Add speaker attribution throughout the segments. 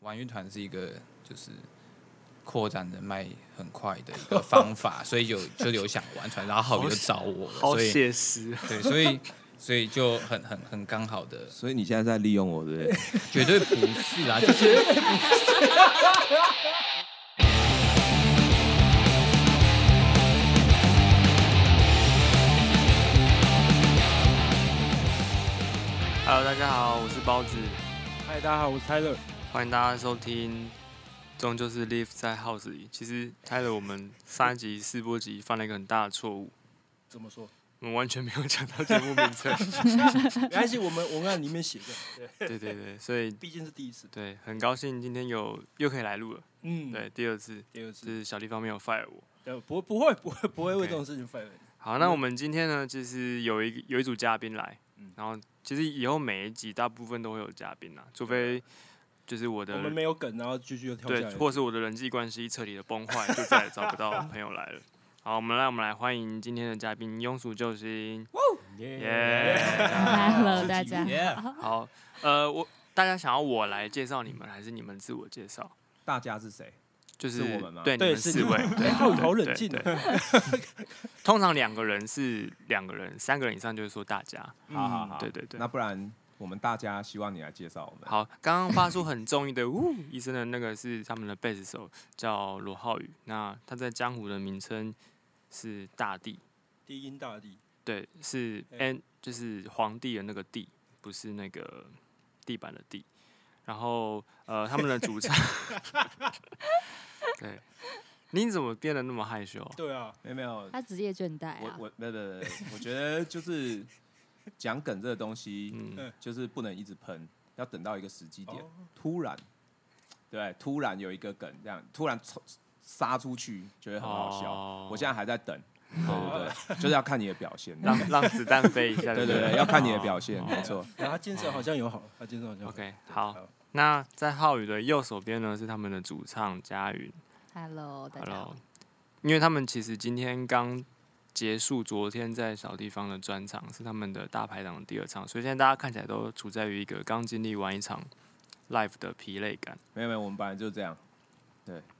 Speaker 1: 玩乐团是一个就是扩展人脉很快的一个方法，所以有就有想玩团，然后好友就找我了，
Speaker 2: 好
Speaker 1: 所以
Speaker 2: 写实，
Speaker 1: 对，所以所以就很很很刚好的，
Speaker 3: 所以你现在在利用我，对不对？
Speaker 1: 绝对不是啊，就是
Speaker 2: Hello，大家好，我是包子，
Speaker 4: 嗨，大家好，我是泰勒。
Speaker 2: 欢迎大家收听。终究是 live 在 house 里。其实泰勒，我们上一集试播集犯了一个很大的错误，
Speaker 4: 怎么说？
Speaker 2: 我们完全没有讲到节目名称。
Speaker 4: 没关系，我们文案里面写的，对，
Speaker 2: 对对对，所以
Speaker 4: 毕竟是第一次。
Speaker 2: 对，很高兴今天有又可以来录了。
Speaker 4: 嗯，
Speaker 2: 对，，第二次
Speaker 4: 第二次，
Speaker 2: 是小地方没有 fire 我。
Speaker 4: 呃，不，不会，不 会，不会为
Speaker 2: OK
Speaker 4: 这种事情翻脸。
Speaker 2: 好，那我们今天呢，其实有一个有一组嘉宾来
Speaker 4: 嗯，
Speaker 2: 然后其实以后每一集大部分都会有嘉宾啦，啊除非就是我的
Speaker 4: 我们没有梗，然后继续又跳下
Speaker 2: 对，
Speaker 4: 来。
Speaker 2: 或是我的人际关系彻底的崩坏，就再也找不到朋友来了。好，我们来，我们来欢迎今天的嘉宾庸俗救星，耶、
Speaker 5: Hello，大家
Speaker 1: Yeah
Speaker 2: 好，呃，我大家想要我来介绍你们，还是你们自我介绍？
Speaker 3: 大家是谁？
Speaker 2: 就是
Speaker 3: 是我们吗
Speaker 2: 对，你
Speaker 4: 对
Speaker 2: 们
Speaker 4: 是
Speaker 2: 四位，
Speaker 4: 你
Speaker 2: 对
Speaker 4: 好
Speaker 2: 对
Speaker 4: 好冷
Speaker 2: 对
Speaker 4: 静啊嗯
Speaker 2: 对通常两个人是两个人，三个人以上就是说大家。
Speaker 3: 好好好，
Speaker 2: 嗯对对对
Speaker 3: 那不然我们大家希望你来介绍我们。，
Speaker 2: 好，刚刚发出很中意的呜一声的那个是他们的贝斯手，叫罗浩宇。那他在江湖的名称是大地，
Speaker 4: 低音大地，
Speaker 2: 对，是
Speaker 4: 对
Speaker 2: N，就是皇帝的那个帝，不是那个地板的地。然后呃，他们的主 唱，对，你怎么变得那么害羞啊？
Speaker 4: 对啊，
Speaker 3: 没有没有，
Speaker 5: 他职业倦怠
Speaker 3: 我
Speaker 5: 啊，
Speaker 3: 我没有没有，没有我觉得就是讲梗这个东西，
Speaker 2: 嗯，
Speaker 3: 就是不能一直喷，要等到一个时机点
Speaker 4: 哦，
Speaker 3: 突然，对，突然有一个梗，这样突然冲杀出去，觉得很好笑。
Speaker 2: 哦
Speaker 3: 我现在还在等，对对对，就是要看你的表现。
Speaker 2: 让让子弹飞一下，
Speaker 3: 对对
Speaker 2: 不
Speaker 3: 对，要看你的表现，
Speaker 2: 哦
Speaker 3: 没错。
Speaker 4: 然后他精神好像有好，他精神好像有好
Speaker 2: OK，
Speaker 4: 对
Speaker 2: 好。那在浩宇的右手边呢是他们的主唱佳云
Speaker 5: Hello，大家好
Speaker 2: ，Hello，。因为哦他们其实今天刚结束昨天在小地方的专场，是他们的大排档的第二场，所以现在大家看起来都处在于一个刚经历完一场 live 的疲累感。
Speaker 3: 没有没有，我们本来就这样。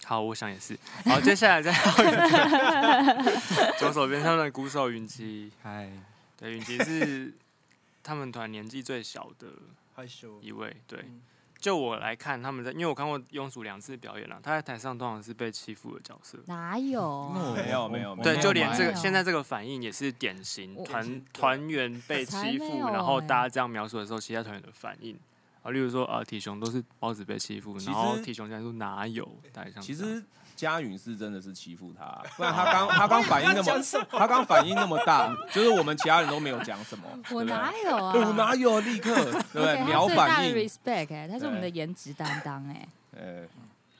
Speaker 2: 好，我想也是。好，接下来在浩宇的左手边他们的鼓手云奇，
Speaker 3: 嗨，
Speaker 2: 对，云奇是他们团年纪最小的
Speaker 4: 害羞。
Speaker 2: 一位，对。
Speaker 4: 嗯
Speaker 2: 就我来看，他们在，因为我看过庸俗两次表演了，他在台上通常是被欺负的角色，
Speaker 5: 哪有啊？
Speaker 3: 没有没有没有
Speaker 2: 哦对，就连这
Speaker 5: 没
Speaker 2: 个
Speaker 5: 有啊
Speaker 2: 现在这个反应也是典型
Speaker 5: 我
Speaker 2: 团团员被
Speaker 5: 才
Speaker 2: 欺
Speaker 5: 没
Speaker 2: 负，
Speaker 5: 有
Speaker 2: 然后
Speaker 5: 欸
Speaker 2: 大家这样描述的时候，其他团员的反应啊，例如说啊，体熊都是包子被欺负，
Speaker 3: 其实
Speaker 2: 然后体熊竟然说哪有，大概像
Speaker 3: 其
Speaker 2: 这样
Speaker 3: 实佳允是真的是欺负他，啊不然他刚他刚反应那么他刚反应那么大，就是我们其他人都没有讲什么，
Speaker 5: 我
Speaker 3: 对不对
Speaker 5: 哪有啊？
Speaker 3: 哎我哪有立刻 对不
Speaker 5: 我给
Speaker 3: 对
Speaker 5: 他
Speaker 3: 秒
Speaker 5: 最大
Speaker 3: 反
Speaker 5: 的
Speaker 3: 应？
Speaker 5: respect 哎，他是我们的颜值担当哎。
Speaker 3: 呃，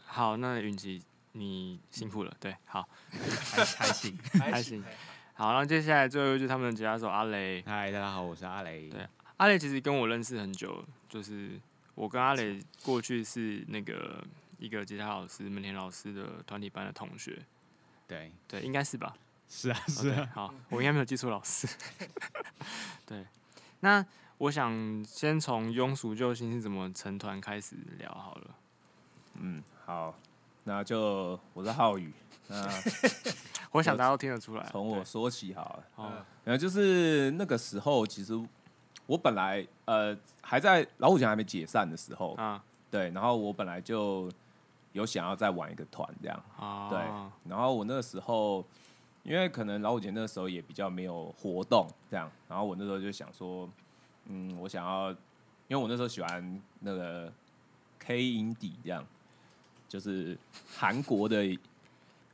Speaker 2: 好，那允琪你辛苦了，对，好，
Speaker 6: 还还行。
Speaker 2: 还行。
Speaker 4: 哎
Speaker 2: 好，那接下来最后就是他们的吉他手阿雷，
Speaker 6: 嗨，大家好，我是阿雷。
Speaker 2: 对阿磊其实跟我认识很久了，就是我跟阿磊过去是那个一个吉他老师门田老师的团体班的同学，
Speaker 6: 对，
Speaker 2: 对，应该是吧？
Speaker 6: 是啊，
Speaker 2: 是、对，好，我应该没有记错老师。 对，那我想先从庸俗救星是怎么成团开始聊好了。
Speaker 3: 嗯，好，那就我是浩宇，那
Speaker 2: 我想大家都听得出来。
Speaker 3: 从我
Speaker 2: 对
Speaker 3: 说起好了。
Speaker 4: 呃
Speaker 2: 哦，
Speaker 3: 然后就是那个时候，其实我本来呃还在老虎钳还没解散的时候，
Speaker 2: 啊
Speaker 3: 对，然后我本来就有想要再玩一个团这样。对
Speaker 2: 啊，，
Speaker 3: 然后我那个时候，因为可能老五节那个时候也比较没有活动这样，然后我那时候就想说，嗯，我想要，因为我那时候喜欢那个 K 音底这样，就是韩国的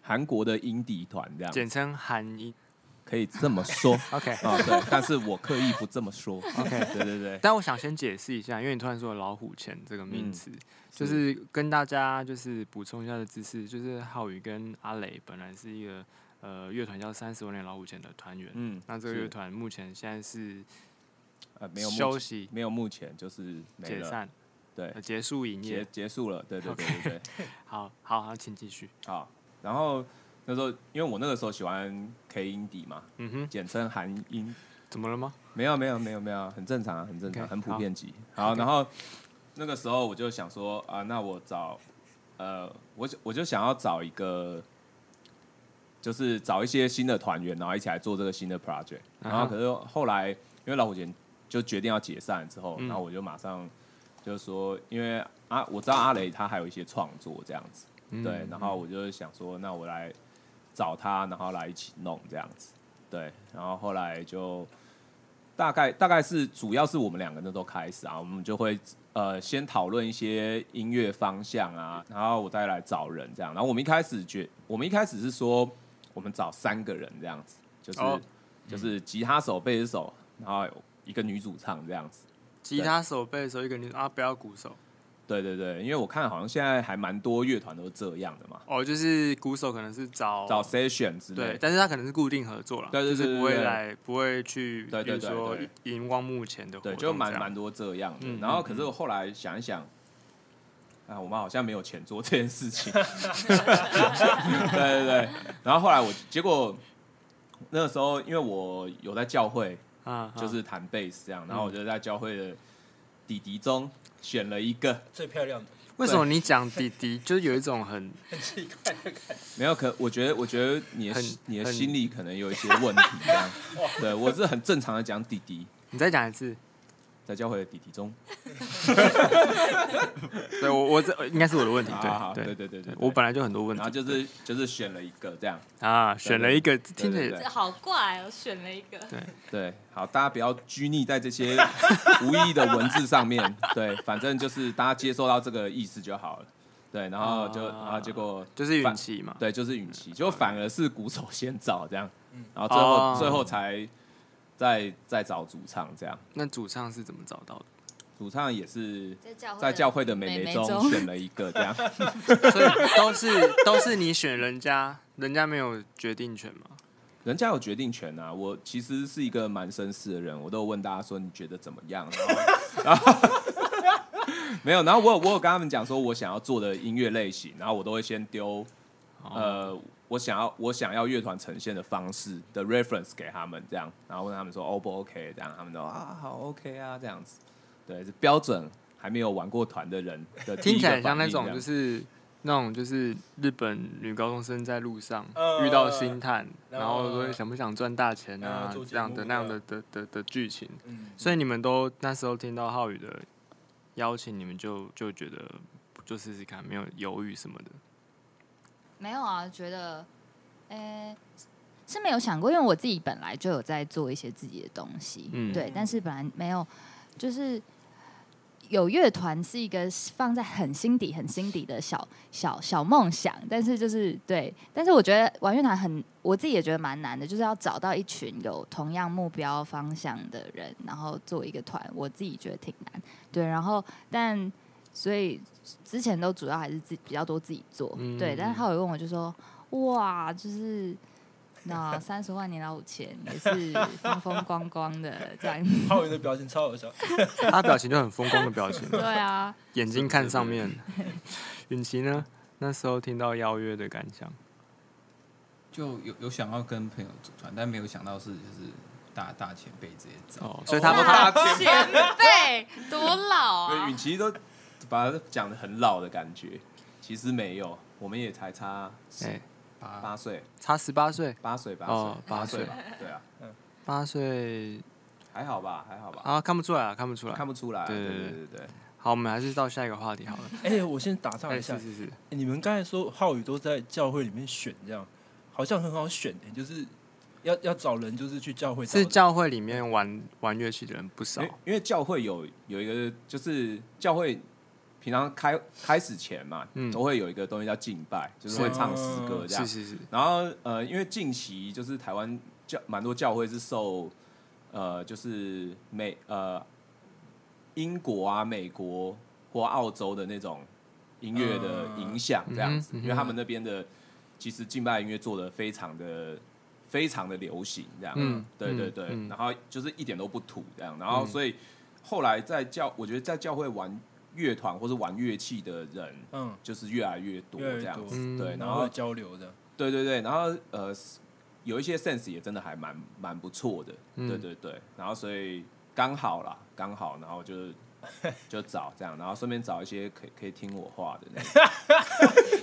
Speaker 3: 韩国的音底团这样，
Speaker 2: 简称韩一。
Speaker 3: 可以这么说
Speaker 2: OK，
Speaker 3: 啊、对，但是我刻意不这 么说
Speaker 2: OK
Speaker 3: 对对对，
Speaker 2: 但我想先解释一下，因为你突然说“老虎钳”这个名
Speaker 3: 嗯
Speaker 2: 词，就是跟大家就是补充一下的知识，就是浩宇跟阿磊本来是一个呃乐团叫三十万年老虎钳的团员，
Speaker 3: 嗯
Speaker 2: 那这个
Speaker 3: 是
Speaker 2: 乐团目前现在是
Speaker 3: 呃没有目
Speaker 2: 休
Speaker 3: 前
Speaker 2: 息、
Speaker 3: 没有目前就是没
Speaker 2: 解
Speaker 3: 了，
Speaker 2: 散、
Speaker 3: 对
Speaker 2: 呃，结束营
Speaker 3: 结
Speaker 2: 业。
Speaker 3: 结束了，对对对对对。
Speaker 2: 好好，好，请继续。
Speaker 3: 好，然后那时候因为我那个时候喜欢 K 音底嘛，
Speaker 2: 嗯哼，
Speaker 3: 简称韩音，
Speaker 2: 怎么了吗？
Speaker 3: 没有没有没有没有，很正常啊，很正常，
Speaker 2: OK，
Speaker 3: 很普遍级。好，然后那个时候我就想说啊，那我找呃，我就我就想要找一个，就是找一些新的团员，然后一起来做这个新的 project。
Speaker 2: 啊哈
Speaker 3: 然后可是后来，因为老虎姐就决定要解散之后，
Speaker 2: 嗯
Speaker 3: 然后我就马上就说，因为啊，我知道阿雷他还有一些创作这样子，
Speaker 2: 嗯
Speaker 3: 对，然后我就想说，那我来找他，然后来一起弄这样子，对，然后后来就大概大概是主要是我们两个那都开始啊，我们就会呃先讨论一些音乐方向啊，然后我再来找人这样，然后我们一开始觉，我们一开始是说我们找三个人这样子，就是、
Speaker 2: 哦
Speaker 3: 就是吉他手、贝斯手，然后一个女主唱这样子。
Speaker 2: 吉他手、背手一个女啊，不要鼓手
Speaker 3: 对对对，因为我看好像现在还蛮多乐团都是这样的嘛，
Speaker 2: 哦，就是鼓手可能是找
Speaker 3: 找 session 之类
Speaker 2: 哦对，
Speaker 3: 的。
Speaker 2: 但是他可能是固定合作了，
Speaker 3: 对对对
Speaker 2: 就是不
Speaker 3: 对
Speaker 2: 会
Speaker 3: 对
Speaker 2: 来，不会去，
Speaker 3: 对
Speaker 2: 比如
Speaker 3: 对对
Speaker 2: 说
Speaker 3: 对
Speaker 2: 荧光幕前的活
Speaker 3: 对，
Speaker 2: 动，
Speaker 3: 就蛮蛮。多这样的。
Speaker 2: 嗯
Speaker 3: 然后
Speaker 2: 嗯
Speaker 3: 可是我后来想一想，啊，我们好像没有钱做这件事情。 对对对。然后后来我结果那个时候，因为我有在教会，
Speaker 2: 啊，嗯啊
Speaker 3: 就是弹贝斯这样，然后我就在教会的弟弟中选了一个。
Speaker 4: 最漂亮的，
Speaker 2: 为什么你讲弟弟，就是有一种很
Speaker 3: 没有，可我觉得，我觉得你的
Speaker 2: 很
Speaker 3: 心你的
Speaker 2: 很
Speaker 3: 心理可能有一些问题。这样，对我是很正常的讲弟弟，
Speaker 2: 你再讲一次，
Speaker 3: 在教会的弟弟中。
Speaker 2: 对我我这应该是我的问题，
Speaker 3: 好啊好
Speaker 2: 对
Speaker 3: 对
Speaker 2: 对
Speaker 3: 对对对，
Speaker 2: 我本来就很多问
Speaker 3: 然
Speaker 2: 题，
Speaker 3: 后就是就是选了一个这样，
Speaker 2: 啊，选了一个听着
Speaker 3: 对
Speaker 2: 也
Speaker 3: 对
Speaker 5: 这 好怪哦，选了一个
Speaker 3: 对，好，大家不要拘泥在这 些无意义的文字上面，对，反正就是大家接收到这个意思就好了，对，然后就
Speaker 2: 啊
Speaker 3: 然后结果
Speaker 2: 就是运
Speaker 3: 反
Speaker 2: 气嘛，
Speaker 3: 对，就是允琪，就反而是鼓手先找这样，
Speaker 5: 嗯
Speaker 3: 然后最
Speaker 2: 哦
Speaker 3: 后最后才再再找主唱这样，
Speaker 2: 那主唱是怎么找到的？
Speaker 3: 主唱也是
Speaker 5: 在教
Speaker 3: 在教会的
Speaker 5: 哦妹
Speaker 3: 美
Speaker 5: 妹
Speaker 3: 眉中选了一个 这样，
Speaker 2: 所以都是都是你选人家，人家没有决定权嘛？
Speaker 3: 人家有决定权啊！我其实是一个蛮绅士的人，我都有问大家说你觉得怎么样，然后，然后 没有，然后我有我有跟他们讲说我想要做的音乐类型，然后我都会先丢
Speaker 2: 哦
Speaker 3: 呃我想要我想要乐团呈现的方式的 reference 给他们，这样，然后问他们说 O 不 OK，这样他们都啊好 OK 啊这样子，对，是标准还没有玩过团的人的第一
Speaker 2: 听
Speaker 3: 个
Speaker 2: 起来很像
Speaker 3: 反应
Speaker 2: 那
Speaker 3: 这
Speaker 2: 种
Speaker 3: 样
Speaker 2: 就是那种就是日本女高中生在路上
Speaker 4: 呃
Speaker 2: 遇到星探，
Speaker 4: 然
Speaker 2: 然后
Speaker 4: 后
Speaker 2: 说想不想赚大钱啊
Speaker 4: 呃做节目
Speaker 2: 这样的
Speaker 4: 啊
Speaker 2: 那样的的的的剧情。
Speaker 4: 嗯，
Speaker 2: 所以你们都那时候听到浩宇的邀请，你们就就觉得就试试看，没有犹豫什么 的。
Speaker 5: 没有啊，觉得，呃、是没有想过，因为我自己本来就有在做一些自己的东西，
Speaker 2: 嗯
Speaker 5: 对，但是本来没有，就是有乐团是一个放在很心底、很心底的小小小梦想，但是就是对，但是我觉得玩乐团很，我自己也觉得蛮难的，就是要找到一群有同样目标方向的人，然后做一个团，我自己觉得挺难，对，然后但所以之前都主要还是自比较多自己做，
Speaker 2: 嗯
Speaker 5: 对，但是浩宇问我就说，哇，就是。那三十万年老五钱也是风风光光的这样子，
Speaker 4: 浩宇的表情超好笑，
Speaker 2: 他表情就很风光的表情，
Speaker 5: 对啊，
Speaker 2: 眼睛看上面。 允琪呢？那时候听到邀约的感想，
Speaker 1: 就有有想要跟朋友组团，但没有想到是就是大大前辈直接找。
Speaker 2: 哦，所以他们
Speaker 5: 大前辈多老
Speaker 3: 对，
Speaker 5: 啊
Speaker 3: 允！琪都把它讲的很老的感觉，其实没有，我们也才差
Speaker 2: 哎，
Speaker 1: 八
Speaker 3: 八岁，
Speaker 2: 差十八岁，
Speaker 3: 八岁，八
Speaker 2: 哦
Speaker 3: 岁，
Speaker 2: 八岁
Speaker 3: 岁吧？对啊，
Speaker 2: 八岁
Speaker 3: 还好吧，还好吧，
Speaker 2: 啊，看不出来啊，看不出来
Speaker 3: 看。不出来啊。
Speaker 2: 对
Speaker 3: 对
Speaker 2: 对
Speaker 3: 对
Speaker 2: 对
Speaker 3: 对对，
Speaker 2: 好，我们还是到下一个话题好了。
Speaker 4: 哎、我先打岔
Speaker 2: 哎，
Speaker 4: 一下
Speaker 2: 是，是是，
Speaker 4: 欸你们刚才说浩宇都在教会里面选，这样好像很好选、欸，就是要要找人，就是去教会找
Speaker 2: 是
Speaker 4: 人
Speaker 2: 教会里面玩玩乐器的人不少
Speaker 3: 因为，因为教会有有一个就是教会。平常开开始前嘛，
Speaker 2: 嗯
Speaker 3: 都会有一个东西叫敬拜，就是会唱诗歌这样。
Speaker 2: 是是是，
Speaker 4: 啊
Speaker 3: 然后呃，因为近期就是台湾教蛮多教会是受呃，就是美呃英国啊、美国或澳洲的那种音乐的影响这样子，
Speaker 2: 嗯哼嗯哼
Speaker 3: 因为他们那边的其实敬拜音乐做的非常的非常的流行这样，
Speaker 2: 嗯
Speaker 3: 对对
Speaker 2: 嗯
Speaker 3: 对，
Speaker 2: 嗯
Speaker 3: 然后就是一点都不土这样，然后所以后来在教，我觉得在教会玩乐团或是玩乐器的人。
Speaker 4: 嗯，
Speaker 3: 就是越来越多
Speaker 4: 越来越
Speaker 3: 这样
Speaker 4: 多
Speaker 3: 子，
Speaker 2: 嗯
Speaker 3: 对，然
Speaker 4: 然后
Speaker 3: 后
Speaker 4: 有交流的，
Speaker 3: 对对对，然后呃，有一些 sense 也真的还蛮蛮不错的，
Speaker 2: 嗯
Speaker 3: 对对对，然后所以刚好啦，刚好，然后就 就找这样，然后顺便找一些可以可以听我话的 那种。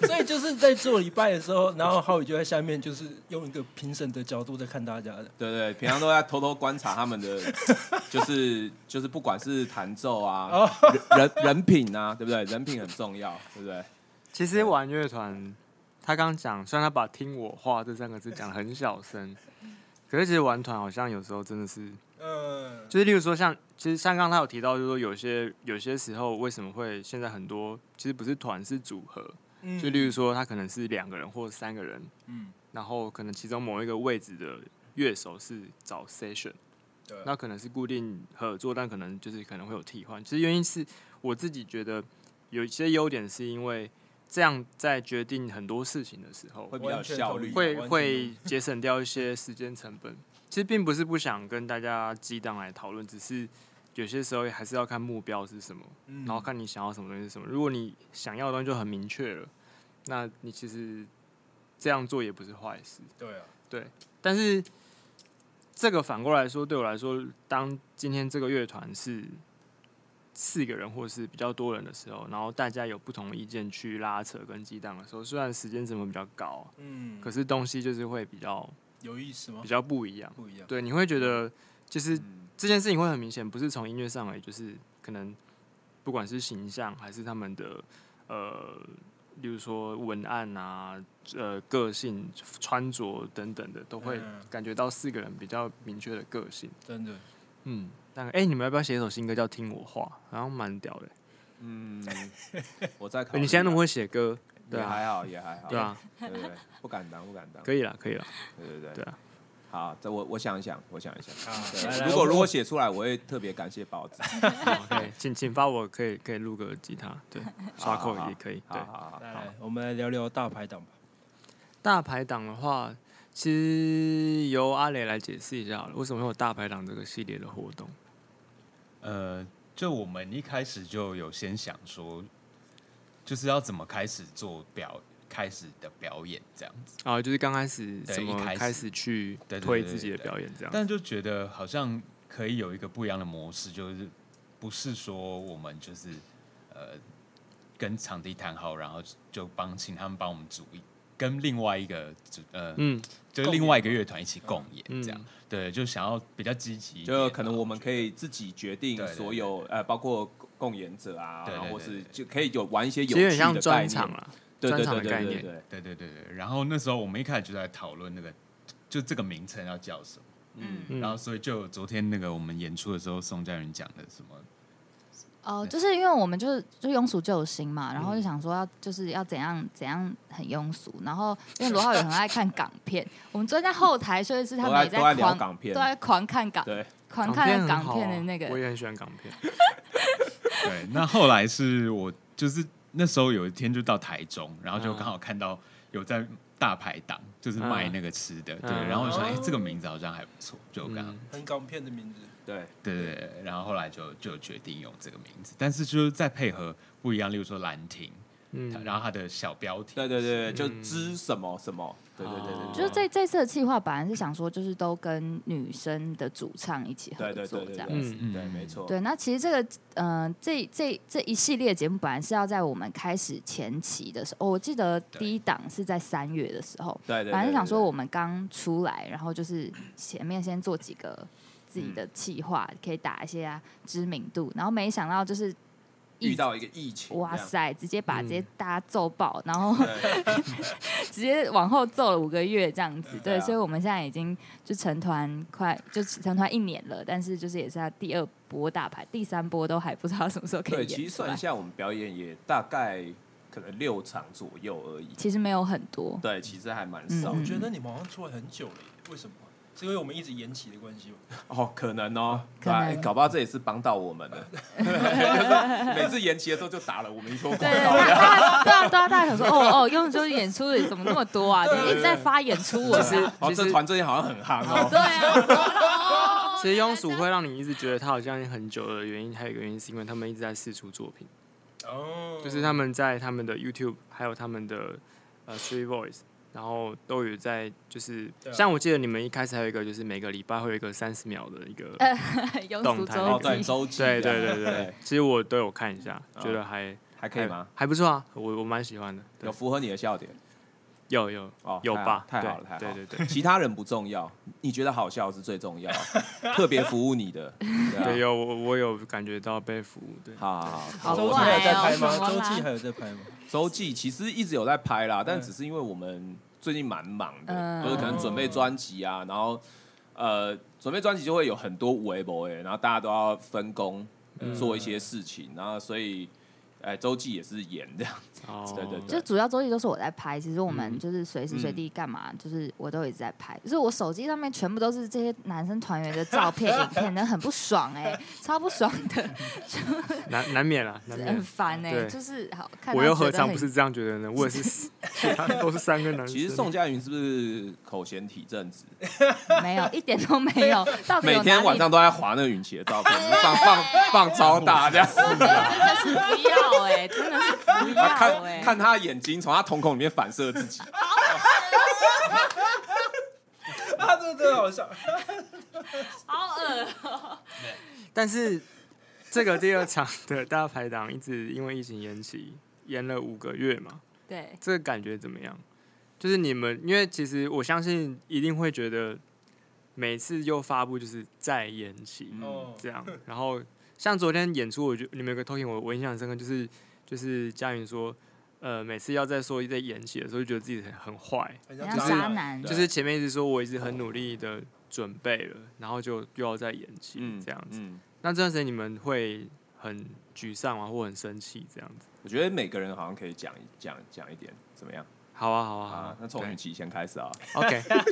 Speaker 4: 所以就是在做礼拜的时候，然后浩宇就在下面，就是用一个评审的角度在看大家的。
Speaker 3: 对对，平常都在偷偷观察他们的， 就是就是不管是弹奏啊
Speaker 4: 哦、
Speaker 3: 人人品啊，对不对？人品很重要，对不对？
Speaker 2: 其实玩乐团，他刚讲，虽然他把“听我话”这三个字讲得很小声， 可是其实玩团好像有时候真的是，
Speaker 4: 嗯，
Speaker 2: 就是例如说像，其实像刚刚他有提到，就是说有些有些时候为什么会现在很多其实不是团是组合，就例如说他可能是两个人或三个人，
Speaker 4: 嗯，
Speaker 2: 然后可能其中某一个位置的乐手是找 session，
Speaker 4: 对
Speaker 2: 那可能是固定合作，但可能就是可能会有替换。其实原因是我自己觉得有一些优点，是因为这样在决定很多事情的时候，
Speaker 3: 会比较有效率。
Speaker 2: 会
Speaker 4: 完全
Speaker 2: 会节省掉一些时间成本。其实并不是不想跟大家激荡来讨论，只是有些时候还是要看目标是什么，
Speaker 4: 嗯
Speaker 2: 然后看你想要什么东西是什么。如果你想要的东西就很明确了，那你其实这样做也不是坏事。
Speaker 4: 对啊，
Speaker 2: 但是这个反过来说，对我来说，当今天这个乐团是四个人或是比较多人的时候，然后大家有不同意见去拉扯跟激荡的时候，虽然时间成本比较高，
Speaker 4: 嗯，
Speaker 2: 可是东西就是会比较
Speaker 4: 有意思吗
Speaker 2: 比？较不一样。
Speaker 4: 不一样，
Speaker 2: 对，你会觉得就是
Speaker 3: 嗯
Speaker 2: 这件事情会很明显，不是从音乐上来，就是可能不管是形象还是他们的呃，例如说文案啊、呃个性、穿着等等的，都会
Speaker 4: 嗯
Speaker 2: 感觉到四个人比较明确的个性。
Speaker 4: 真的。
Speaker 2: 嗯，那哎、你们要不要写一首新歌叫《听我话》？好像蛮屌的、欸
Speaker 3: 嗯，我在考虑啊。
Speaker 2: 你现在那么会写歌，对
Speaker 3: 也
Speaker 2: 啊，
Speaker 3: 还好，也还好。
Speaker 2: 对啊，
Speaker 3: 对对对，不敢当，不敢当。
Speaker 2: 可以了，可 以了，
Speaker 3: 对对对
Speaker 2: 对啊。
Speaker 3: 好，这我我想一想，我想一想。
Speaker 4: 啊
Speaker 3: 对
Speaker 4: 来来
Speaker 3: 如果
Speaker 4: 我
Speaker 3: 如果写出来，我会特别感谢报纸。
Speaker 2: 好可以，请请发我，可以可以录个吉他， 对，刷
Speaker 3: 好
Speaker 2: 扣
Speaker 3: 好
Speaker 2: 也可以，
Speaker 3: 好
Speaker 2: 对。
Speaker 3: 好好好，
Speaker 4: 来来，我们来聊聊大排档吧。
Speaker 2: 大排档的话，其实由阿雷来解释一下好了，为什么会有大排档这个系列的活动？
Speaker 6: 呃，就我们一开始就有先想说，就是要怎么开始做表开始的表演这样子，
Speaker 2: 啊，就是刚开始
Speaker 6: 对
Speaker 2: 怎么
Speaker 6: 一开始
Speaker 2: 开始去
Speaker 6: 对对对
Speaker 2: 推
Speaker 6: 对
Speaker 2: 自己的
Speaker 6: 对
Speaker 2: 表演这样。
Speaker 6: 但就觉得好像可以有一个不一样的模式，就是不是说我们就是呃跟场地谈好，然后就帮请他们帮我们组一跟另外一个组呃、
Speaker 2: 嗯，
Speaker 6: 就是另外一个乐团一起共
Speaker 2: 嗯
Speaker 6: 演这样，对，就想要比较积极一点啊，
Speaker 3: 就可能我们可以自己决定
Speaker 6: 对对
Speaker 3: 所有呃，包括共演者啊，
Speaker 6: 对对
Speaker 3: 然后或
Speaker 6: 对
Speaker 3: 是
Speaker 6: 对
Speaker 3: 就可以有玩一些有
Speaker 2: 其
Speaker 3: 趣
Speaker 2: 实有
Speaker 3: 的
Speaker 2: 点像
Speaker 3: 概
Speaker 2: 专
Speaker 3: 念
Speaker 2: 场啦，
Speaker 3: 对
Speaker 2: 专
Speaker 3: 对
Speaker 2: 场的
Speaker 3: 对对
Speaker 2: 概
Speaker 3: 对
Speaker 2: 念
Speaker 3: 对，
Speaker 6: 对对对对，然后那时候我们一开始就在讨论那个，就这个名称要叫什么，
Speaker 3: 嗯，
Speaker 2: 嗯
Speaker 6: 然后所以就有昨天那个我们演出的时候，宋佳云讲的什么，
Speaker 5: 哦，就是因为我们就是就庸俗救星嘛，然后就
Speaker 2: 嗯
Speaker 5: 想说要就是要怎样怎样很庸俗，然后因为罗浩宇很爱看港片，我们坐在后台，所以是他
Speaker 3: 都
Speaker 5: 们
Speaker 3: 在
Speaker 5: 也
Speaker 3: 都在聊
Speaker 5: 狂啊
Speaker 3: 港片
Speaker 5: 都，在狂看港
Speaker 3: 对，
Speaker 5: 狂看
Speaker 2: 很
Speaker 5: 港
Speaker 2: 好
Speaker 5: 片
Speaker 2: 啊
Speaker 5: 的那
Speaker 2: 我
Speaker 5: 个，
Speaker 2: 也很喜欢港片。
Speaker 6: 对，那后来是我就是那时候有一天就到台中，然后就刚好看到有在大排档就是
Speaker 2: 啊
Speaker 6: 卖那个吃的，对，
Speaker 2: 嗯
Speaker 6: 然后我想哎、这个名字好像还不错，就刚、
Speaker 2: 嗯
Speaker 4: 很港片的名字，
Speaker 3: 对，
Speaker 6: 对对对，然后后来就就决定用这个名字，但是就是再配合不一样，例如说兰亭，它
Speaker 2: 嗯，
Speaker 6: 然后它的小标题，
Speaker 3: 对对对，对就
Speaker 2: 嗯
Speaker 3: 知什么什么，对对对对
Speaker 2: 哦
Speaker 5: 就是这这次的计划本来是想说就是都跟女生的主唱一起合
Speaker 3: 对对
Speaker 5: 作
Speaker 3: 对
Speaker 5: 这
Speaker 3: 对
Speaker 5: 样
Speaker 3: 对，
Speaker 2: 嗯
Speaker 3: 对对，没错，
Speaker 5: 对，那其实这个，呃，这这这一系列节目本来是要在我们开始前期的时候，哦我记得第一档是在三月的时候，
Speaker 3: 对对，
Speaker 5: 反正
Speaker 3: 对
Speaker 5: 想说我，们刚出来，然后就是前面先做几个自
Speaker 3: 嗯
Speaker 5: 己的企划，可以打一些、啊、知名度，然后没想到就是
Speaker 3: 对遇到一个疫情，
Speaker 5: 哇
Speaker 3: 这样，
Speaker 5: 塞，直接把
Speaker 2: 嗯
Speaker 5: 直接大家揍爆，然后
Speaker 3: 对
Speaker 5: 直接往后揍了五个月这样子，
Speaker 3: 对
Speaker 5: 对，
Speaker 3: 啊
Speaker 5: 所以我们现在已经就成团快就成团一年了，但是就是也是在第二波大牌，第三波都还不知道什么时候可
Speaker 3: 对，
Speaker 5: 以演
Speaker 3: 其实
Speaker 5: 出
Speaker 3: 算一
Speaker 5: 来。
Speaker 3: 下，我们表演也大概可能六场左右而已，
Speaker 5: 其实没有很多，
Speaker 3: 对，其实还蛮
Speaker 5: 嗯
Speaker 3: 少
Speaker 4: 我
Speaker 3: 的，
Speaker 4: 觉得你们好像出来很久了耶，为什么？是因为我们一直延期的关系吗？
Speaker 3: 哦，可能哦，
Speaker 5: 可能
Speaker 3: 哎搞不好这也是帮到我们 的。每次延期的时候就打了我们一波广
Speaker 5: 对
Speaker 3: 告，
Speaker 5: 对对，大家大家大家想说，哦哦，用就是演出的怎么那么多啊？怎么一直在发演出我
Speaker 2: 其实
Speaker 5: 的？
Speaker 3: 哦，
Speaker 2: 其
Speaker 3: 这
Speaker 2: 实
Speaker 3: 团最近好像很夯哦。
Speaker 5: 对啊，
Speaker 2: 其实庸俗会让你一直觉得他好像很久的原因，还有一个原因是因为他们一直在试出作品，
Speaker 4: 哦
Speaker 6: 嗯
Speaker 2: 就是他们在他们的 YouTube 还有他们的呃 Three Voice，然后都有在就是，
Speaker 4: 对啊
Speaker 2: 像我记得你们一开始还有一个就是每个礼拜会有一个三十秒的一个，
Speaker 5: 呃庸
Speaker 2: 动
Speaker 5: 俗
Speaker 2: 态
Speaker 3: 然后
Speaker 5: 周
Speaker 3: 在
Speaker 5: 记，
Speaker 3: 哦周记，啊
Speaker 2: 对对对对
Speaker 3: 对
Speaker 2: 对，其实我都有看一下，
Speaker 3: 哦
Speaker 2: 觉得还
Speaker 3: 还可以吗？？
Speaker 2: 还还不错啊，我我蛮喜欢的，对
Speaker 3: 有符合你的笑点
Speaker 2: 有有
Speaker 3: 哦，
Speaker 2: 有吧？
Speaker 3: 太好
Speaker 2: 对
Speaker 3: 了，太好了，太好了
Speaker 2: 对 对对，
Speaker 3: 其他人不重要，你觉得好笑是最 重要，特别服务你的，啊
Speaker 2: 对，有我我有感觉到被服务，对，
Speaker 3: 好好好，
Speaker 5: 好
Speaker 4: 周记
Speaker 5: 怪
Speaker 4: 还有在
Speaker 5: 哦
Speaker 4: 拍吗？
Speaker 5: 什么
Speaker 4: 周
Speaker 5: 啦
Speaker 4: 记还有在拍吗？
Speaker 3: 周记其实一直有在拍啦，但
Speaker 4: 对
Speaker 3: 只是因为我们最近蛮忙的，
Speaker 5: 嗯哦
Speaker 3: 就是可能准备专辑啊，然后呃，准备专辑就会有很多微博哎，然后大家都要分工呃
Speaker 5: 嗯
Speaker 3: 做一些事情，然后所以哎，周记也是演这
Speaker 5: 哎
Speaker 3: 样，
Speaker 2: 哦，
Speaker 3: 对对对
Speaker 5: 就主要周记都是我在拍。其实我
Speaker 2: 嗯
Speaker 5: 们就是随时随地干嘛，就是我都一直在拍。就是我手机上面全部都是这些男生团员的照片、影片，的很不爽哎、超不爽 的，
Speaker 2: 难难免啦，难
Speaker 5: 很
Speaker 2: 免。
Speaker 5: 烦哎、
Speaker 2: 对
Speaker 5: 就是好看。
Speaker 2: 我又何 尝不是？这样觉得呢？我也是，其他都是三个男生。
Speaker 3: 其实宋佳云是不是口嫌体正直，
Speaker 5: 没有，一点都没 有。到底
Speaker 3: 每
Speaker 5: 哎有哪
Speaker 3: 天
Speaker 5: 里哎
Speaker 3: 晚上都在划那个允琪的照片，放放放超大这样。
Speaker 5: 真的是不要哎、真的是不 要
Speaker 3: 啊，
Speaker 5: 哎、
Speaker 3: 看看他的眼睛从他瞳孔里面反射自己，
Speaker 4: 啊，这个真的好笑。
Speaker 5: 好恶。 哦
Speaker 2: 但是这个第二场的大排档一直因为疫情延期，延了五个月嘛，
Speaker 5: 对，
Speaker 2: 这个感觉怎么样？就是你们，因为其实我相信一定会觉得每次又发布就是再延期、
Speaker 4: 哦，
Speaker 2: 这样，然后像昨天演出，我觉得你们有个 talking 我我印象很深刻，就是就是佳云说，呃，每次要再说再延期的时候，就觉得自己很很坏，
Speaker 4: 很
Speaker 5: 你啊
Speaker 4: 像
Speaker 5: 像
Speaker 4: 渣
Speaker 5: 渣
Speaker 4: 男。
Speaker 5: 男，
Speaker 3: 对
Speaker 2: 就是前面一直说我一直很努力的准备了，然后就又要再延期这样子。
Speaker 3: 嗯，
Speaker 2: 那这段时间你们会很沮丧啊，或很生气这样子？
Speaker 3: 我觉得每个人好像可以讲一讲讲一点，怎么样？
Speaker 2: 好啊，好啊，嗯好
Speaker 3: 啊
Speaker 2: 啊，，
Speaker 3: 那从雨琦先开始啊，
Speaker 2: 对 OK，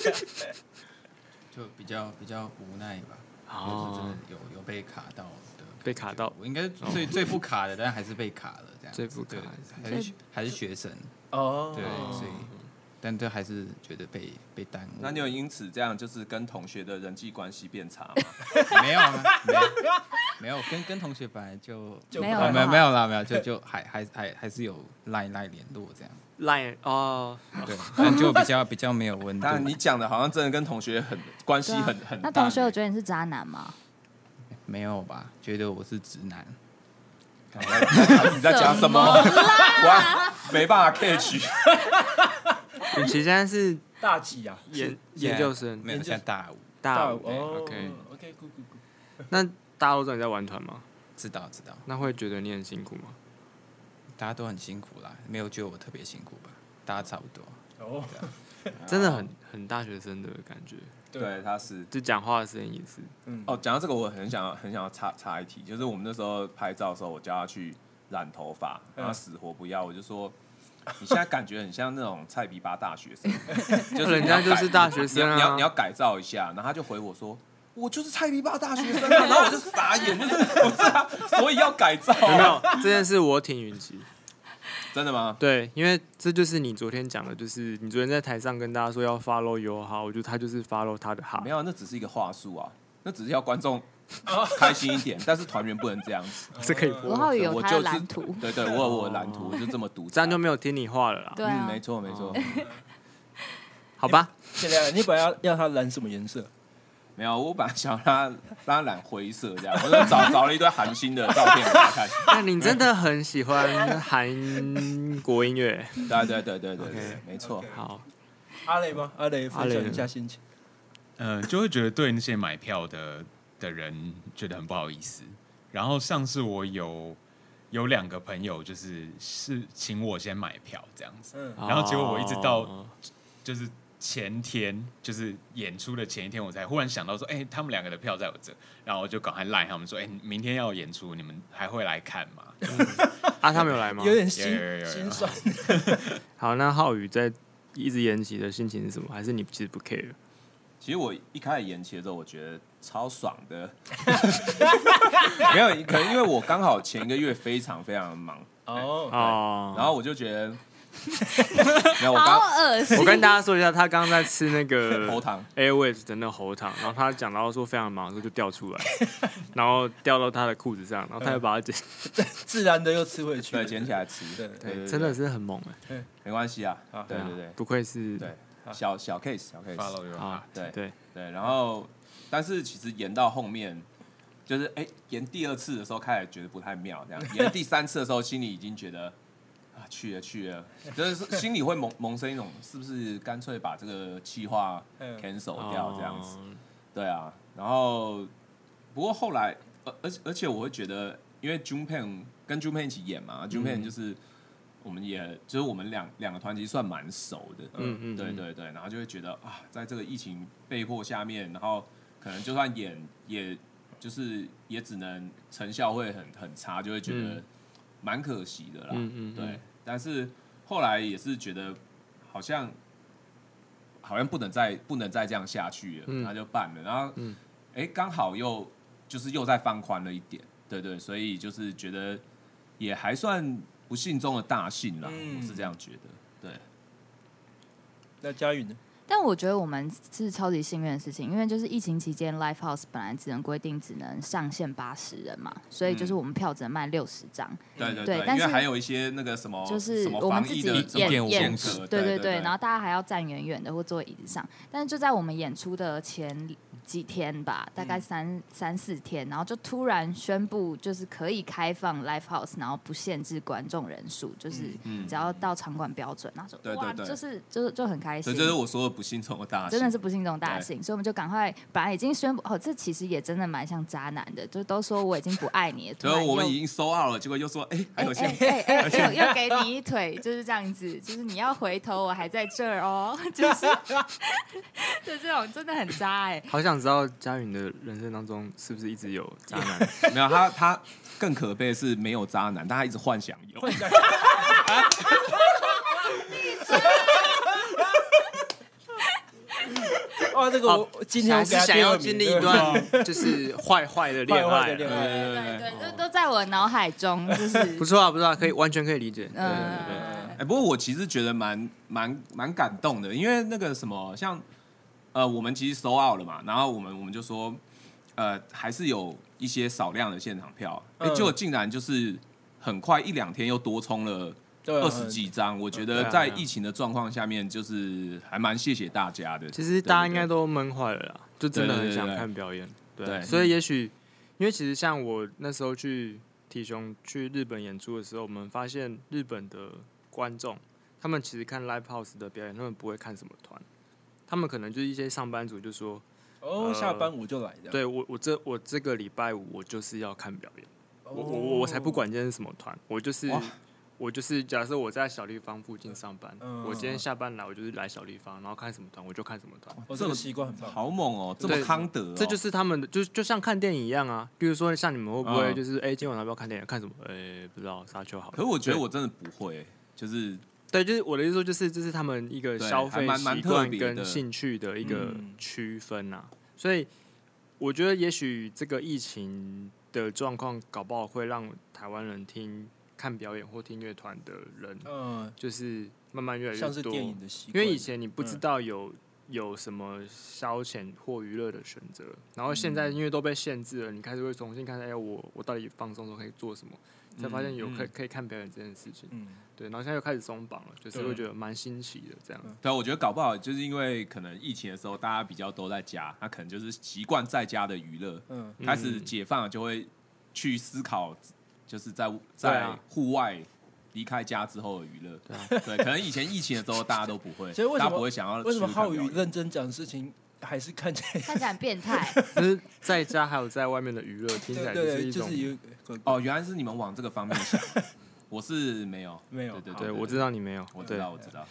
Speaker 1: 就比较比较无奈吧。就是真的
Speaker 2: 哦，
Speaker 1: 有有被卡到的，
Speaker 2: 被卡到
Speaker 1: 我应该是最最不卡的，但还是被卡了这样子。
Speaker 2: 最不卡
Speaker 1: 对
Speaker 2: 的
Speaker 1: 还是学还是学生，
Speaker 4: 哦，
Speaker 1: 对，所以但这还是觉得被被耽误。
Speaker 3: 那你有因此这样就是跟同学的人际关系变 差吗？
Speaker 1: 没有啊？没有，没有跟跟同学本来就
Speaker 4: 就
Speaker 5: 没有
Speaker 1: 啊
Speaker 5: 啦
Speaker 1: 没有没有啦，没有就就还还还还是有赖赖联络这样，
Speaker 2: Line 哦，
Speaker 1: 对，但就比较比较没有温度。
Speaker 3: 但你讲的好像真的跟同学很关系
Speaker 5: 对啊
Speaker 3: 很很
Speaker 5: 那
Speaker 3: 淡
Speaker 5: 同学，我觉得你是渣男吗？
Speaker 1: 没有吧？觉得我是直男，
Speaker 2: 哦
Speaker 3: 你在讲什么？我没办法 catch，
Speaker 2: 你其实现在是
Speaker 4: 大几啊？
Speaker 2: 研研究生
Speaker 1: 没有，现在大五，
Speaker 2: 大
Speaker 4: 五
Speaker 2: 五，哎
Speaker 4: 哦
Speaker 2: OK
Speaker 4: OK，咕咕咕。
Speaker 2: 那大家都知道你在玩团吗？
Speaker 1: 知道知道，
Speaker 2: 那会觉得你很辛苦吗？
Speaker 1: 大家都很辛苦啦，没有觉得我特别辛苦吧？大家差不多，
Speaker 4: 哦，
Speaker 2: 真的很很大学生的感觉，
Speaker 3: 对，他是。
Speaker 2: 就讲话的声音也是
Speaker 4: 嗯，
Speaker 3: 哦，讲到这个，我很想要很想要插插一题，就是我们那时候拍照的时候，我叫他去染头发，然后死活不要，我就说。你现在感觉很像那种菜皮吧大学 生，就是
Speaker 2: 人家
Speaker 3: 你
Speaker 2: 就
Speaker 3: 要改
Speaker 2: 是大学生啊
Speaker 3: 你要你要你要改造一下，然后他就回我说：“我就是菜皮吧大学生、啊。”然 后我就傻眼， 就是我是啊，所以要改造、
Speaker 2: 有没
Speaker 3: 啊，
Speaker 2: 有？这件事我挺云集。
Speaker 3: 真的吗？
Speaker 2: 对，因为这就是你昨天讲的，就是你昨天在台上跟大家说要 follow 友好，我觉得他就是 follow 他的好
Speaker 3: 没。有，那只是一个话术啊，那只是要观众
Speaker 2: 哦
Speaker 3: 开心一点， 但是团员不能这样子。
Speaker 2: 这可以
Speaker 5: 吴
Speaker 2: 播
Speaker 5: 浩宇有
Speaker 3: 我
Speaker 5: 他
Speaker 3: 就
Speaker 5: 的
Speaker 3: 是
Speaker 5: 蓝图，
Speaker 3: 对对，我有我的蓝图，我就这么独裁，
Speaker 2: 哦这样就没有哦听你话了啦。
Speaker 5: 对啊
Speaker 3: 嗯，没，错没错。
Speaker 2: 好吧，
Speaker 4: 现在你本来要要他染什么颜色？
Speaker 3: 没有，啊我本来想让他让他染灰色这样，我就找找了一堆韩星的照片给他看。
Speaker 2: 那你真的很喜欢韩国音乐，
Speaker 3: 对啊对对对对对
Speaker 2: OK，
Speaker 3: 没错。
Speaker 2: 好，
Speaker 4: 阿雷吗？阿雷分
Speaker 2: 阿
Speaker 4: 享
Speaker 2: 雷
Speaker 4: 一下心情。
Speaker 6: 嗯，就会觉得对那些买票的的人觉得很不好意思。然后上次我有有两个朋友，就是是请我先买票这样子，
Speaker 4: 嗯，
Speaker 6: 然后结果我一直到
Speaker 2: 哦
Speaker 6: 就是前天，就是演出的前一天，我才忽然想到说，哎、他们两个的票在我这，然后我就赶快赖他们说，哎、明天要演出，你们还会来看吗？
Speaker 2: 啊，他们有来吗？
Speaker 4: 有点心
Speaker 6: 有有有有
Speaker 4: 心酸。
Speaker 2: 好，那浩宇在一直延期的心情是什么？还是你其实不 care？
Speaker 3: 其实我一开始延期的时候，我觉得超爽的。没有，可能因为我刚好前一个月非常非常忙，
Speaker 4: 哦，
Speaker 2: 哦，
Speaker 3: 然后我就觉得没有，我刚
Speaker 5: 啊好恶心
Speaker 2: 我。跟大家说一下，他刚刚在吃那个
Speaker 3: 喉糖
Speaker 2: Airways 的那喉糖，然后他讲到说非常忙的时候就掉出来，然后掉到他的裤子上，然后他又把它捡，
Speaker 4: 自然的又吃回去，
Speaker 3: 对捡起来吃，
Speaker 4: 对
Speaker 3: 对对，
Speaker 2: 真的
Speaker 3: 是
Speaker 2: 是很猛哎、
Speaker 3: 没关系啊
Speaker 4: 好，
Speaker 3: 对
Speaker 2: 啊
Speaker 3: 对对
Speaker 2: 不愧是
Speaker 3: 对，小小 case 小 case，
Speaker 6: follow your
Speaker 2: 啊
Speaker 6: heart，，
Speaker 3: 对
Speaker 2: 对，
Speaker 3: 对，然后但是其实演到后面，就是哎、演第二次的时候开始觉得不太妙，这样演第三次的时候，心里已经觉得啊去了去了，就是心里会萌萌生一种是不是干脆把这个计划
Speaker 4: 嗯
Speaker 3: cancel 掉这样子，
Speaker 2: 哦
Speaker 3: 对啊，然后不过后来，而而且而且我会觉得，因为 Junpen 跟 Junpen 一起演嘛、
Speaker 2: 嗯
Speaker 3: j u n p e n 就是我们也就是我们两两个团其实算蛮熟的，
Speaker 2: 嗯嗯
Speaker 3: 对
Speaker 2: 嗯
Speaker 3: 对对，然后就会觉得啊，在这个疫情被迫下面，然后可能就算演，也就是也只能成效会很很差，就会觉得
Speaker 2: 嗯
Speaker 3: 蛮可惜的啦，
Speaker 2: 嗯嗯嗯
Speaker 3: 对，但是后来也是觉得好像好像不能再不能再这样下去了，
Speaker 2: 嗯
Speaker 3: 那就办了。然后，哎、刚、好又就是又再放宽了一点，对对，所以就是觉得也还算不幸中的大幸啦，
Speaker 4: 嗯
Speaker 3: 我是这样觉得。对，
Speaker 4: 那佳宇呢？
Speaker 5: 但我觉得我们是超级幸运的事情，因为就是疫情期间，Live House 本来只能规定只能上限八十人嘛，所以
Speaker 3: 嗯
Speaker 5: 就是我们票只能卖六十张，
Speaker 3: 对对
Speaker 5: 对
Speaker 3: 对，
Speaker 5: 但
Speaker 3: 因
Speaker 5: 是
Speaker 3: 为还有一些那个什么，
Speaker 5: 就是
Speaker 3: 哦什么
Speaker 5: 我们
Speaker 3: 防
Speaker 5: 自
Speaker 3: 疫
Speaker 5: 己
Speaker 3: 的
Speaker 1: 演
Speaker 3: 这种
Speaker 1: 演
Speaker 3: 政策
Speaker 5: 对
Speaker 3: 对
Speaker 5: 对，然后大家还要站远远的或坐椅子上。但是就在我们演出的前几天吧，大
Speaker 3: 嗯
Speaker 5: 概三、三四天，然后就突然宣布就是可以开放 Live House，然后不限制观众人数，就是
Speaker 3: 嗯
Speaker 5: 只要到场馆标准。然后说
Speaker 3: 对对
Speaker 5: 哇，
Speaker 3: 对
Speaker 5: 就是就是就很开
Speaker 3: 所
Speaker 5: 心
Speaker 3: 以。这是我说的不幸中的大幸，
Speaker 5: 真的是不幸中大幸，所以我们就赶快，本来已经宣布哦，这其实也真的蛮像渣男的，就都说我已经不爱你了，突
Speaker 3: 所
Speaker 5: 然
Speaker 3: 以哦我们
Speaker 5: 又
Speaker 3: 已经收 out 了，结果又说，哎、还
Speaker 5: 哎
Speaker 3: 有
Speaker 5: 哎
Speaker 3: 些
Speaker 5: 哎哎，又又给你一腿，就是这样子，就是你要回头，我还在这儿哦，就是 就这种真的很渣哎、
Speaker 2: 好想知道佳允的人生当中是不是一直有渣男？
Speaker 3: 没有他他更可悲的是没有渣男，但他一直幻想有，
Speaker 4: 哇，哦这个我我今天
Speaker 2: 还
Speaker 4: 我给
Speaker 2: 是
Speaker 4: 他
Speaker 2: 想
Speaker 4: 第
Speaker 2: 要
Speaker 4: 二
Speaker 2: 经
Speaker 4: 名
Speaker 2: 历一段就是坏坏的恋
Speaker 4: 坏
Speaker 2: 爱
Speaker 4: 坏的恋
Speaker 2: 啊，
Speaker 3: 对
Speaker 4: 爱
Speaker 3: 对哦
Speaker 5: 对，这都在我脑海中，就是
Speaker 2: 不错啊，不错啊，可以完全可以理解。对对对，
Speaker 5: 嗯
Speaker 3: 哎、不过我其实觉得蛮蛮蛮感动的，因为那个什么，像呃，我们其实收 out 了嘛，然后我们我们就说，呃，还是有一些少量的现场票，哎、
Speaker 4: 嗯
Speaker 3: 结果竟然就是很快一两天又多充了
Speaker 4: 对啊
Speaker 3: 二十几张，我觉
Speaker 2: 嗯对啊
Speaker 3: 得在
Speaker 2: 对啊
Speaker 3: 疫情的状况下面，就是还蛮谢谢大家的。
Speaker 2: 其实大家
Speaker 3: 对
Speaker 2: 应
Speaker 3: 对对
Speaker 2: 该都闷坏了啦，就真的
Speaker 3: 对
Speaker 2: 很
Speaker 3: 对对
Speaker 2: 想
Speaker 3: 对
Speaker 2: 看表演。对，嗯
Speaker 3: 对
Speaker 2: 所以也许因为其实像我那时候去体雄去日本演出的时候，我们发现日本的观众，他们其实看 live house 的表演，他们不会看什么团，他们可能就是一些上班族就说，
Speaker 4: 哦，下班我就来的。
Speaker 2: 对我我这我这个礼拜五我就是要看表演，
Speaker 4: 哦，
Speaker 2: 我我我我才不管今天是什么团，我就是。我就是假设我在小立方附近上班，
Speaker 4: 嗯
Speaker 2: 我今天下班来，我就是来小立方，然后看什么团我就看什么团。
Speaker 4: 哦，这个习惯很棒。
Speaker 3: 好猛哦、这么
Speaker 2: 对
Speaker 3: 康德哦、
Speaker 2: 这就是他们的，就就像看电影一样啊。比如说，像你们会不会
Speaker 3: 嗯
Speaker 2: 就是，哎、今晚要不要看电影？看什么？哎、不知道，沙丘好了。
Speaker 3: 可是我觉得我真的不会、就是
Speaker 2: 对，就是我的意思说，就是这是他们一个
Speaker 3: 对
Speaker 2: 消
Speaker 3: 还
Speaker 2: 费
Speaker 3: 蛮蛮
Speaker 2: 习
Speaker 3: 特
Speaker 2: 惯
Speaker 3: 别
Speaker 2: 跟
Speaker 3: 的
Speaker 2: 兴趣的一个
Speaker 4: 嗯
Speaker 2: 区分啊。所以我觉得，也许这个疫情的状况，搞不好会让台湾人听看表演或听乐团的人，
Speaker 4: 嗯，
Speaker 2: 就是慢慢越来越
Speaker 4: 像是
Speaker 2: 多。
Speaker 4: 电影的习
Speaker 2: 因
Speaker 4: 惯，嗯
Speaker 2: 为以前你不知道有、有什么消遣或娱乐的选择，然后现在
Speaker 4: 嗯
Speaker 2: 因为都被限制了，你开始会重新看，哎，我我到底放松的时候可以做什么？才发现有可以、可以看表演这件事情，
Speaker 4: 嗯，
Speaker 2: 对，然后现在又开始松绑了，就是
Speaker 4: 对
Speaker 2: 会觉得蛮新奇的这样。
Speaker 4: 嗯
Speaker 3: 对啊，我觉得搞不好就是因为可能疫情的时候，大家比较都在家，他可能就是习惯在家的娱乐，
Speaker 4: 嗯
Speaker 3: 开始解放了就会去思考，就是在
Speaker 2: 对
Speaker 3: 在
Speaker 2: 啊
Speaker 3: 户外离开家之后的娱乐。对，可能以前疫情的时候大家都不会，
Speaker 4: 啊 所以为什么
Speaker 3: 大家不会想要
Speaker 4: 为什么
Speaker 3: 出去看
Speaker 4: 浩宇
Speaker 3: 表演
Speaker 4: 认真讲事情，还是 看起来
Speaker 5: 看起来很变态，
Speaker 2: 但是在家还有在外面的娱乐，听起来就
Speaker 4: 对
Speaker 2: 是
Speaker 4: 对，
Speaker 2: 一
Speaker 4: 就
Speaker 2: 种。
Speaker 4: 是有怪怪
Speaker 3: 哦，原来是你们往这个方面 想，我是没有，
Speaker 4: 没有
Speaker 3: 对对
Speaker 4: 好
Speaker 2: 对，
Speaker 3: 对，
Speaker 2: 我知道你没有。
Speaker 3: 我知
Speaker 2: 对
Speaker 3: 道，，我知道，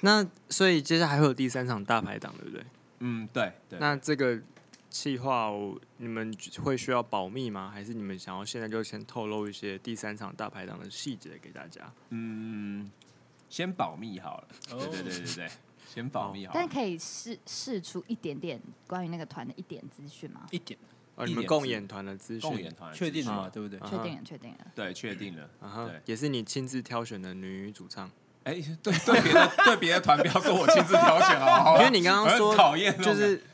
Speaker 2: 那所以接下来还会有第三场大排档，对不对？
Speaker 3: 嗯，对对。
Speaker 2: 那这个计划我你们会需要保密吗？还是你们想要现在就先透露一些第三场大排档的细节给大家？
Speaker 3: 嗯，先保密好了，对
Speaker 4: 哦
Speaker 3: 对对对对，先保密好了
Speaker 5: 但。可以试试出一点点关于那个团的一点资讯
Speaker 3: 嗯
Speaker 5: 吗？
Speaker 4: 一点，
Speaker 2: 呃，
Speaker 3: 一
Speaker 2: 你们
Speaker 3: 点
Speaker 2: 共
Speaker 3: 资
Speaker 2: 演团的资讯，
Speaker 3: 共演团
Speaker 4: 确定了
Speaker 2: 啊
Speaker 4: 嘛？对不对？
Speaker 2: 啊
Speaker 5: 确定了，确定了。
Speaker 3: 对，确定了。
Speaker 2: 啊哈
Speaker 3: 对，
Speaker 2: 也是你亲自挑选的女主唱，
Speaker 3: 哎、对对别的对别的团不要说我亲自挑选好不 好
Speaker 2: 因为你刚刚
Speaker 3: 我
Speaker 2: 说
Speaker 3: 很讨厌这种
Speaker 2: 就
Speaker 3: 感觉
Speaker 2: 是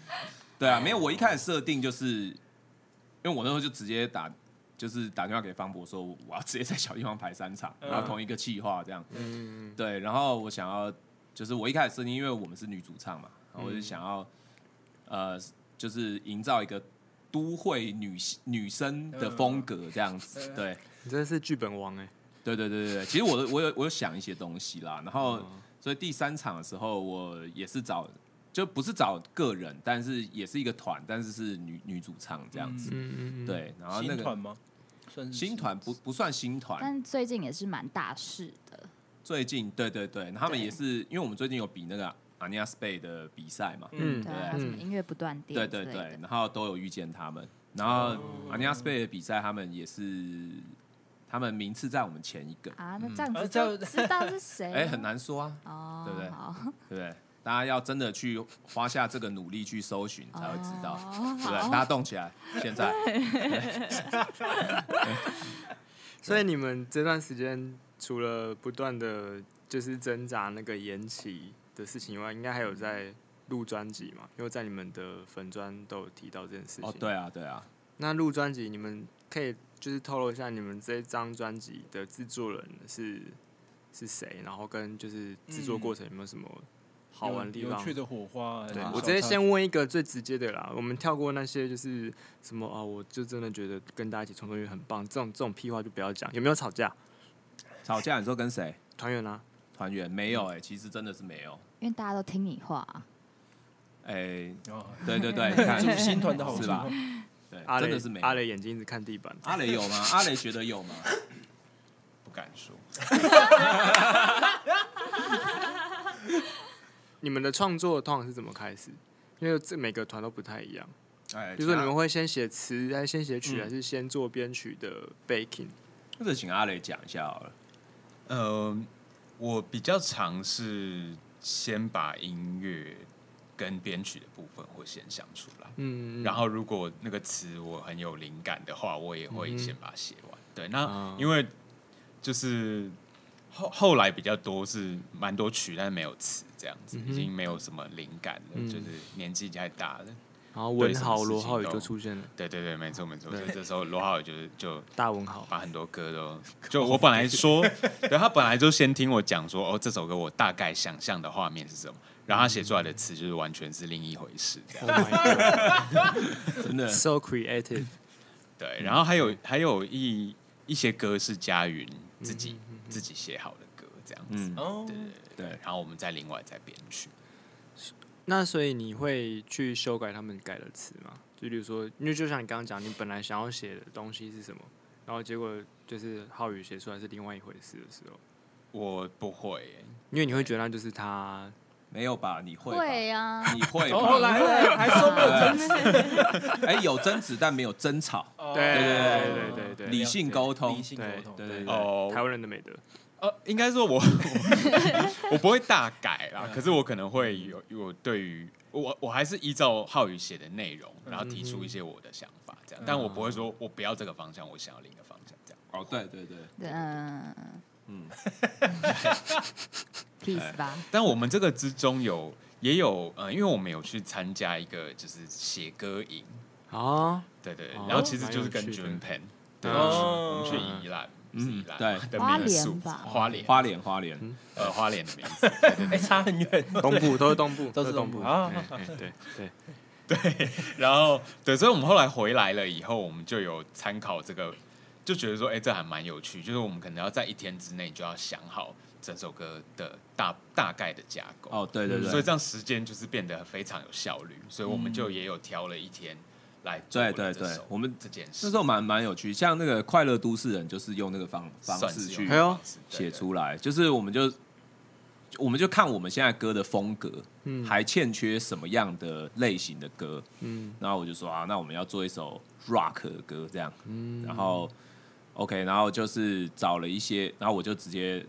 Speaker 3: 对啊，没有，我一开始设定就是，因为我那时候就直接打，就是打电话给方博说，我要直接在小地方排三场，
Speaker 4: 嗯
Speaker 3: 然后同一个企划这样。
Speaker 2: 嗯，
Speaker 3: 对，然后我想要，就是我一开始设定，因为我们是女主唱嘛，
Speaker 2: 嗯
Speaker 3: 然后我就想要，呃，就是营造一个都会女女生的风格这样子。
Speaker 4: 嗯
Speaker 3: 对，
Speaker 2: 你真的是剧本王哎，
Speaker 3: 对对对对对，其实我我有我有想一些东西啦，然后
Speaker 4: 嗯
Speaker 2: 哦
Speaker 3: 所以第三场的时候，我也是找就不是找个人，但是也是一个团，但是是女女主唱这样子，
Speaker 2: 嗯嗯嗯，
Speaker 3: 对，然后那
Speaker 4: 新
Speaker 3: 个
Speaker 4: 团吗？算是
Speaker 3: 新团不不算新团，
Speaker 5: 但最近也是蛮大事的，
Speaker 3: 最近对对对，他们
Speaker 5: 对
Speaker 3: 也是因为我们最近有比那个 Ania Spay 的比赛嘛，
Speaker 2: 嗯
Speaker 5: 对
Speaker 3: 对
Speaker 5: 啊，还有什么
Speaker 2: 嗯
Speaker 5: 音乐不断电
Speaker 3: 对对
Speaker 5: 之类
Speaker 3: 对
Speaker 5: 的，，
Speaker 3: 然后都有遇见他们，然后
Speaker 4: 哦
Speaker 3: Ania Spay 的比赛他们也是他们名次在我们前一个，
Speaker 5: 啊，那这样
Speaker 4: 嗯
Speaker 5: 子
Speaker 4: 啊这样
Speaker 5: 就知道 是谁，
Speaker 3: 哎，很难说啊，
Speaker 5: 哦，
Speaker 3: 对不对
Speaker 5: 好
Speaker 3: 对 不对？大家要真的去花下这个努力去搜寻，才会知道，
Speaker 5: 哦
Speaker 3: 对不对？
Speaker 5: 好
Speaker 3: 大家动起来，现在
Speaker 2: 所以你们这段时间除了不断的就是挣扎那个延期的事情以外，应该还有在录专辑嘛？因为在你们的粉专都有提到这件事情。
Speaker 3: 哦，对。啊，对啊，
Speaker 2: 那录专辑，你们可以就是透露一下你们这张专辑的制作人是是谁，然后跟就是制作过程有没有什么好玩的地
Speaker 4: 有
Speaker 2: 方？
Speaker 4: 有趣的火花啊。
Speaker 2: 对
Speaker 4: 小，
Speaker 2: 我直接
Speaker 4: 菜
Speaker 2: 先问一个最直接的啦，我们跳过那些就是什么啊，我就真的觉得跟大家一起创作欲很棒，这种这种屁话就不要讲。有没有吵架？
Speaker 3: 吵架你说跟谁？
Speaker 2: 团员啊，
Speaker 3: 团员没有哎、其实真的是没有
Speaker 5: 因为大家都听你话啊，
Speaker 3: 哎、
Speaker 4: 哦
Speaker 3: 对对对，你看
Speaker 4: 这是新团的好
Speaker 3: 是
Speaker 4: 处
Speaker 3: 吧
Speaker 4: 吗？？
Speaker 3: 对，
Speaker 2: 阿
Speaker 3: 真
Speaker 2: 雷
Speaker 3: 的是没有
Speaker 2: 阿。雷眼睛一直看地板，
Speaker 3: 阿雷有吗？阿雷觉得有吗？
Speaker 6: 不敢说。
Speaker 2: 你们的创作通常是怎么开始？因为这每个团都不太一样，
Speaker 3: 哎，
Speaker 2: 比如说你
Speaker 3: 请阿
Speaker 2: 们会先写词，还是先写曲，
Speaker 3: 嗯
Speaker 2: 还是先做编曲的 baking？
Speaker 3: 或者请阿雷讲一下好了。
Speaker 6: 呃，我比较尝试先把音乐跟编曲的部分会先想出来，
Speaker 2: 嗯，
Speaker 6: 然后如果那个词我很有灵感的话，我也会先把它写完。对，那
Speaker 2: 啊
Speaker 6: 因为就是后后来比较多是蛮多曲，但是没有词这样子，
Speaker 2: 嗯哼
Speaker 6: 已经没有什么灵感了，
Speaker 2: 嗯
Speaker 6: 就是年纪太大了。
Speaker 2: 然后文
Speaker 6: 对什么
Speaker 2: 豪
Speaker 6: 事情
Speaker 2: 罗浩宇
Speaker 6: 都
Speaker 2: 就出现了，
Speaker 6: 对对对，没错没错，所
Speaker 2: 对
Speaker 6: 以这时候罗浩宇就是就
Speaker 2: 大文 豪，
Speaker 6: 把很多 歌都，就
Speaker 2: 哦
Speaker 6: 我本来说，对他本来就先听我讲说，哦，这首歌我大概想象的画面是什么，然后他写出来的词就是完全是另一回事，这
Speaker 2: Oh
Speaker 6: 样
Speaker 2: my
Speaker 3: 真的
Speaker 2: god, so creative！
Speaker 6: 对。然后还有还有一一些歌是佳云自己自己写好的歌，这样子，
Speaker 3: 嗯
Speaker 4: 哦，
Speaker 6: 对
Speaker 3: 对。
Speaker 6: 然后我们再另外再编曲，
Speaker 2: 那所以你会去修改他们改的词吗？就比如说，因为就像你刚刚讲，你本来想要写的东西是什么，然后结果就是浩宇写出来是另外一回事的时候，
Speaker 6: 我不会耶、
Speaker 2: 因为你会觉得那就是他
Speaker 3: 没有吧？你会吧？
Speaker 5: 对呀，
Speaker 3: 你会吧？
Speaker 4: 哦来了，还说没有争执，
Speaker 3: 哎，有争执但没有争吵，
Speaker 4: 哦
Speaker 2: 对对对对对对
Speaker 3: 理性沟通
Speaker 4: 理性沟通，
Speaker 3: 对
Speaker 4: 对
Speaker 3: 对对。
Speaker 6: 哦
Speaker 2: 台湾人的美德。
Speaker 6: 呃，应该说我我 不会大改啦，可是我可能会有我对于我我还是依照浩宇写的内容，然后提出一些我的想法这样，但我不会说我不要这个方向，我想要另一个方向这样。
Speaker 3: 哦，对对对，
Speaker 5: 嗯
Speaker 3: 嗯，
Speaker 5: ，peace 吧，
Speaker 6: 但我们这个之中有也有呃，因为我们有去参加一个就是写歌营，
Speaker 2: 啊，
Speaker 6: 对对，对
Speaker 2: 哦
Speaker 6: 然后其实就是
Speaker 2: 蛮
Speaker 6: 跟
Speaker 2: 有趣的
Speaker 6: Jun Pen，对，我
Speaker 4: 哦
Speaker 6: 们去宜兰，
Speaker 3: 嗯
Speaker 6: 是宜兰
Speaker 3: 对
Speaker 6: 嘛的
Speaker 5: 花
Speaker 6: 民
Speaker 5: 莲
Speaker 6: 宿
Speaker 5: 吧
Speaker 6: 花莲
Speaker 3: 花脸花脸，
Speaker 6: 呃花莲的名字，
Speaker 4: 哎，差很远，
Speaker 2: 东部都是东部，
Speaker 4: 都是
Speaker 2: 东
Speaker 4: 东部啊
Speaker 2: 哎哎对对，
Speaker 6: 然后对，所以我们后来回来了以后，我们就有参考这个，就觉得说，哎、这还蛮有趣。就是我们可能要在一天之内就要想好整首歌的大大概的架构。
Speaker 3: 哦，对对对，嗯
Speaker 6: 所以这样时间就是变得非常有效率。所以我们就也有挑了一天来做
Speaker 3: 对对
Speaker 6: 这首
Speaker 3: 对我们
Speaker 6: 这件事
Speaker 3: 那时候蛮蛮有趣，像那个《快乐都市人》就是用那个方方
Speaker 6: 算
Speaker 3: 式
Speaker 6: 是有
Speaker 3: 去
Speaker 2: 哎呦
Speaker 3: 写出来，就是我们就我们就看我们现在歌的风格，
Speaker 2: 嗯
Speaker 3: 还欠缺什么样的类型的歌，
Speaker 2: 嗯
Speaker 3: 然后我就说啊，那我们要做一首 rock 的歌这样，然后 OK，然后就是找了一些，然后我就直接，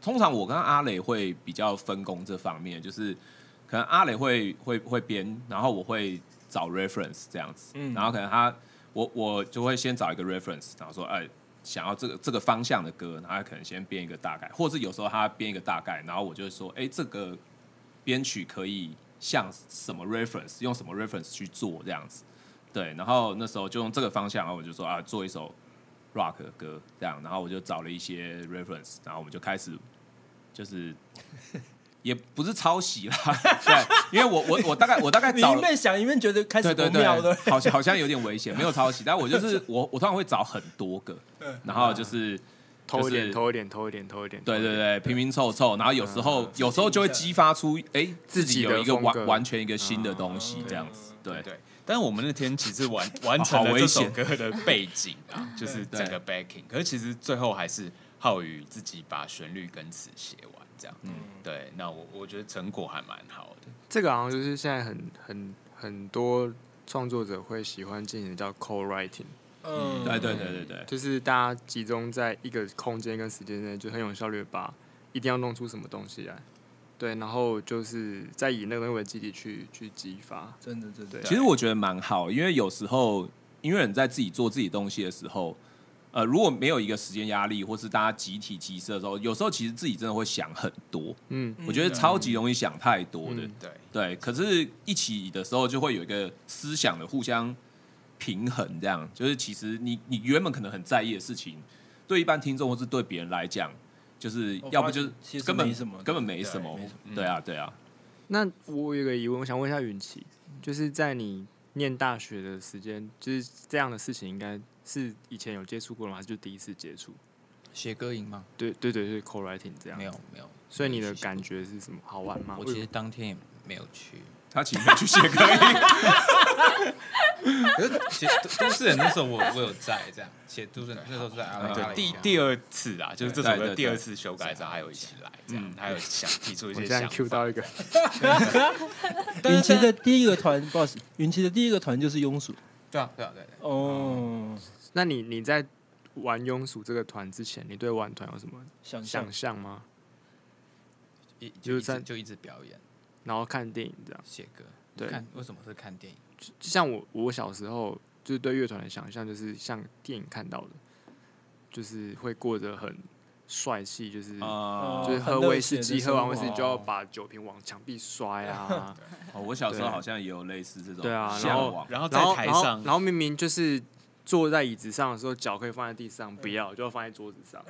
Speaker 3: 通常我跟阿磊会比较分工这方面，就是可能阿磊会会会编，然后我会找 reference 这样子，然后可能他我我就会先找一个 reference，然后说哎，想要这个这个方向的歌，然后他可能先编一个大概，或是有时候他编一个大概，然后我就会说，哎、这个编曲可以像什么 reference，用什么 reference 去做这样子。对，然后那时候就用这个方向，然后我就说啊，做一首 rock 的歌这样，然后我就找了一些 reference，然后我们就开始就是 也不是抄袭啦， 对，因为我我我大概我大概
Speaker 4: 你
Speaker 3: 找
Speaker 4: 一
Speaker 3: 了。
Speaker 4: 面想一面觉得开始
Speaker 3: 对
Speaker 4: 不
Speaker 3: 对
Speaker 4: 妙
Speaker 3: 对
Speaker 4: 的，，
Speaker 3: 好像好像有点危险，没有抄袭，但我 就是我我通常会找很多个，
Speaker 4: 嗯
Speaker 3: 然后就是
Speaker 2: 偷一
Speaker 3: 就
Speaker 2: 点，
Speaker 3: 是
Speaker 2: 偷一点，偷一点，偷一点。
Speaker 3: 对对对，拼拼凑凑，然后有时候
Speaker 4: 嗯
Speaker 3: 有时候就会激发出哎自己有一
Speaker 2: 自己的
Speaker 3: 个
Speaker 2: 风格
Speaker 3: 完完全一个新的东西这样子，对
Speaker 6: 对对。但是我们那天其实 完完成了这首歌的背景啊，就是整个 backing，可是其实最后还是浩宇自己把旋律跟词写完这样。嗯，对。那我我觉得成果还蛮好的。
Speaker 2: 这个好像就是现在很很很多创作者会喜欢进行的叫 co-writing，
Speaker 4: 嗯，
Speaker 3: 对对对对对，
Speaker 2: 就是大家集中在一个空间跟时间内，就很有效率地把一定要弄出什么东西来。对，然后就是再以那个东西为基底去去激发。
Speaker 4: 真的真的
Speaker 2: 对，
Speaker 3: 其实我觉得蛮好，因为有时候音乐人在自己做自己东西的时候，呃，如果没有一个时间压力，或是大家集体集思的时候，有时候其实自己真的会想很多，
Speaker 2: 嗯，
Speaker 3: 我觉得
Speaker 4: 啊
Speaker 3: 超级容易想太多的。
Speaker 2: 嗯
Speaker 6: 对，
Speaker 3: 啊对，可是一起的时候就会有一个思想的互相平衡，这样就是其实你你原本可能很在意的事情，对一般听众或是对别人来讲，就是
Speaker 4: 我
Speaker 3: 要不
Speaker 4: 发
Speaker 3: 就是
Speaker 4: 现其实
Speaker 3: 根本
Speaker 4: 没什么的
Speaker 3: 根本没什么
Speaker 4: 对没什，
Speaker 3: 对啊对啊，
Speaker 2: 那我有个疑问，我想问一下允琪，就是在你念大学的时间，就是这样的事情，应该是以前有接触过吗？还是就第一次接触？
Speaker 1: 写歌营吗？
Speaker 2: 对对对，是 co-writing 这样。
Speaker 1: 没有，没有，
Speaker 2: 所以你的
Speaker 1: 没有去
Speaker 2: 感觉是什么？好玩吗？
Speaker 1: 我其实当天也没有 去，
Speaker 3: 他请他去写歌，
Speaker 1: 可是写都都市人那时候我我有在这样写都市人那时候在阿
Speaker 3: 嗯
Speaker 2: 哦
Speaker 1: 拉
Speaker 6: 对，
Speaker 1: 阿
Speaker 6: 第
Speaker 1: 拉
Speaker 6: 第二次啊，就是这首
Speaker 3: 对
Speaker 6: 歌
Speaker 3: 对
Speaker 6: 第二次修改之后，还有一起来这样，还有想提出一
Speaker 2: 我
Speaker 6: 些
Speaker 2: 现在
Speaker 6: 想
Speaker 2: Q
Speaker 6: 法。
Speaker 2: 到一个，
Speaker 4: 云奇的第一个团，不好意思，云奇的第一个团就是庸俗
Speaker 1: 对啊对啊对啊对啊，
Speaker 4: 哦，
Speaker 2: 那你你在玩庸俗这个团之前，你对玩团有什么
Speaker 4: 想象
Speaker 2: 想象吗？
Speaker 1: 一
Speaker 2: 就
Speaker 1: 就是一
Speaker 2: 在
Speaker 1: 直就一直表演
Speaker 2: 然后看电影这样，
Speaker 1: 写歌。
Speaker 2: 对
Speaker 1: 看为什么是看电影？
Speaker 2: 就就像我我小时候就是对乐团的想象，就是像电影看到的，就是会过着很帅气，就是、
Speaker 3: 啊
Speaker 2: 就是喝威士忌，喝完威士忌就要
Speaker 4: 哦
Speaker 2: 把酒瓶往墙壁摔啊，
Speaker 3: 哦，我小时候好像也有类似这种
Speaker 2: 对啊然
Speaker 3: 向
Speaker 2: 后
Speaker 3: 往，
Speaker 6: 然后在
Speaker 2: 然后
Speaker 6: 台
Speaker 2: 然后
Speaker 6: 上
Speaker 2: 然，后明明就是坐在椅子上的时候，脚可以放在地上，不要就要放在桌子上，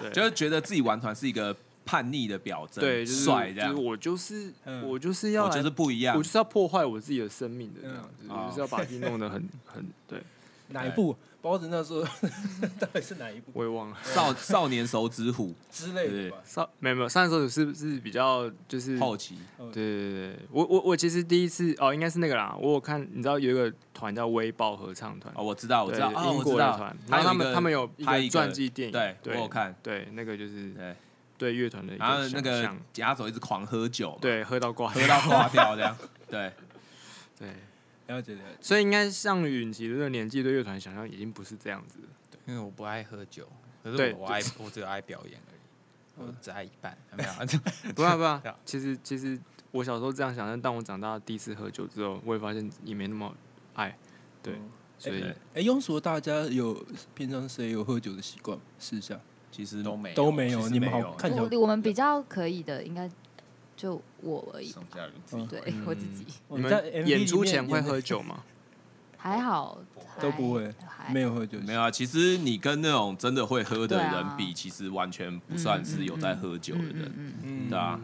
Speaker 2: 对
Speaker 3: 就是觉得自己玩团是一个叛逆的表征，
Speaker 2: 对，就是
Speaker 3: 帅这
Speaker 2: 就是
Speaker 3: 样，
Speaker 2: 我就是
Speaker 4: 嗯
Speaker 2: 我就是要
Speaker 3: 我
Speaker 2: 来
Speaker 3: 就是不一样
Speaker 2: 我就。是要破坏我自己的生命的这样子，
Speaker 3: 嗯
Speaker 2: 我就是要把自己弄得很很对，
Speaker 4: 哪一部？包子那时候 到底是哪一部
Speaker 2: 我也忘了。
Speaker 3: 少少年手指虎
Speaker 4: 之类的吧？
Speaker 2: 上没有没有，上一首是是比较就是
Speaker 3: 后期
Speaker 2: 对对对，对我我我其实第一次哦，应该是那个啦，我有看你知道有一个团叫微爆合唱团，
Speaker 3: 哦，我知道，我
Speaker 2: 对
Speaker 3: 知道，哦，
Speaker 2: 英
Speaker 3: 我
Speaker 2: 国
Speaker 3: 知
Speaker 2: 的
Speaker 3: 道
Speaker 2: 团，，然后他
Speaker 3: 有一
Speaker 2: 们
Speaker 3: 个
Speaker 2: 他们有一
Speaker 3: 拍
Speaker 2: 个
Speaker 3: 一个
Speaker 2: 传记电影，
Speaker 3: 对
Speaker 2: 对，
Speaker 3: 我有看，
Speaker 2: 对那个就是
Speaker 3: 对，
Speaker 2: 对乐团的一
Speaker 3: 然后
Speaker 2: 个
Speaker 3: 那
Speaker 2: 想
Speaker 3: 个
Speaker 2: 象，
Speaker 3: 假手一直狂喝酒嘛，
Speaker 2: 对喝到挂
Speaker 3: 喝到挂掉这样，对，
Speaker 2: 对，
Speaker 4: 了解了解。
Speaker 2: 所以应该像允琪这个年纪对乐团想象已经不是这样子了。
Speaker 1: 因为我不爱喝酒，可
Speaker 2: 对
Speaker 1: 是我我爱我只有爱表演而已，我只爱一半， 没有啊。
Speaker 2: 不要不 要
Speaker 1: 对啊，
Speaker 2: 其实其实我小时候这样想，但当我长大第一次喝酒之后，我也发现也没那么爱，对，所以
Speaker 3: 对
Speaker 4: 哦哎，庸俗大家有平常谁有喝酒的习惯？试一下，
Speaker 3: 其实
Speaker 6: 都没有
Speaker 4: 都没有
Speaker 6: 其实
Speaker 4: 你们
Speaker 6: 没
Speaker 4: 好
Speaker 6: 有
Speaker 4: 哎看起来
Speaker 5: 我我们比较可以的，应该就我而已。
Speaker 6: 宋佳如自己
Speaker 5: 对
Speaker 4: 嗯
Speaker 5: 我自己
Speaker 4: 我
Speaker 2: 你
Speaker 4: 哦在
Speaker 2: 们
Speaker 4: MV
Speaker 2: 演出
Speaker 4: 里面
Speaker 2: 前会
Speaker 4: 演的
Speaker 2: 喝酒 吗？
Speaker 5: 还好，
Speaker 4: 都不会
Speaker 5: 还
Speaker 4: 没有喝酒习惯，
Speaker 3: 没有啊。其实你跟那种真的会喝的
Speaker 5: 对
Speaker 3: 人
Speaker 5: 啊
Speaker 3: 比，其实完全不算是有在喝酒的
Speaker 5: 嗯嗯
Speaker 3: 人，
Speaker 5: 嗯，
Speaker 4: 嗯，
Speaker 3: 对啊。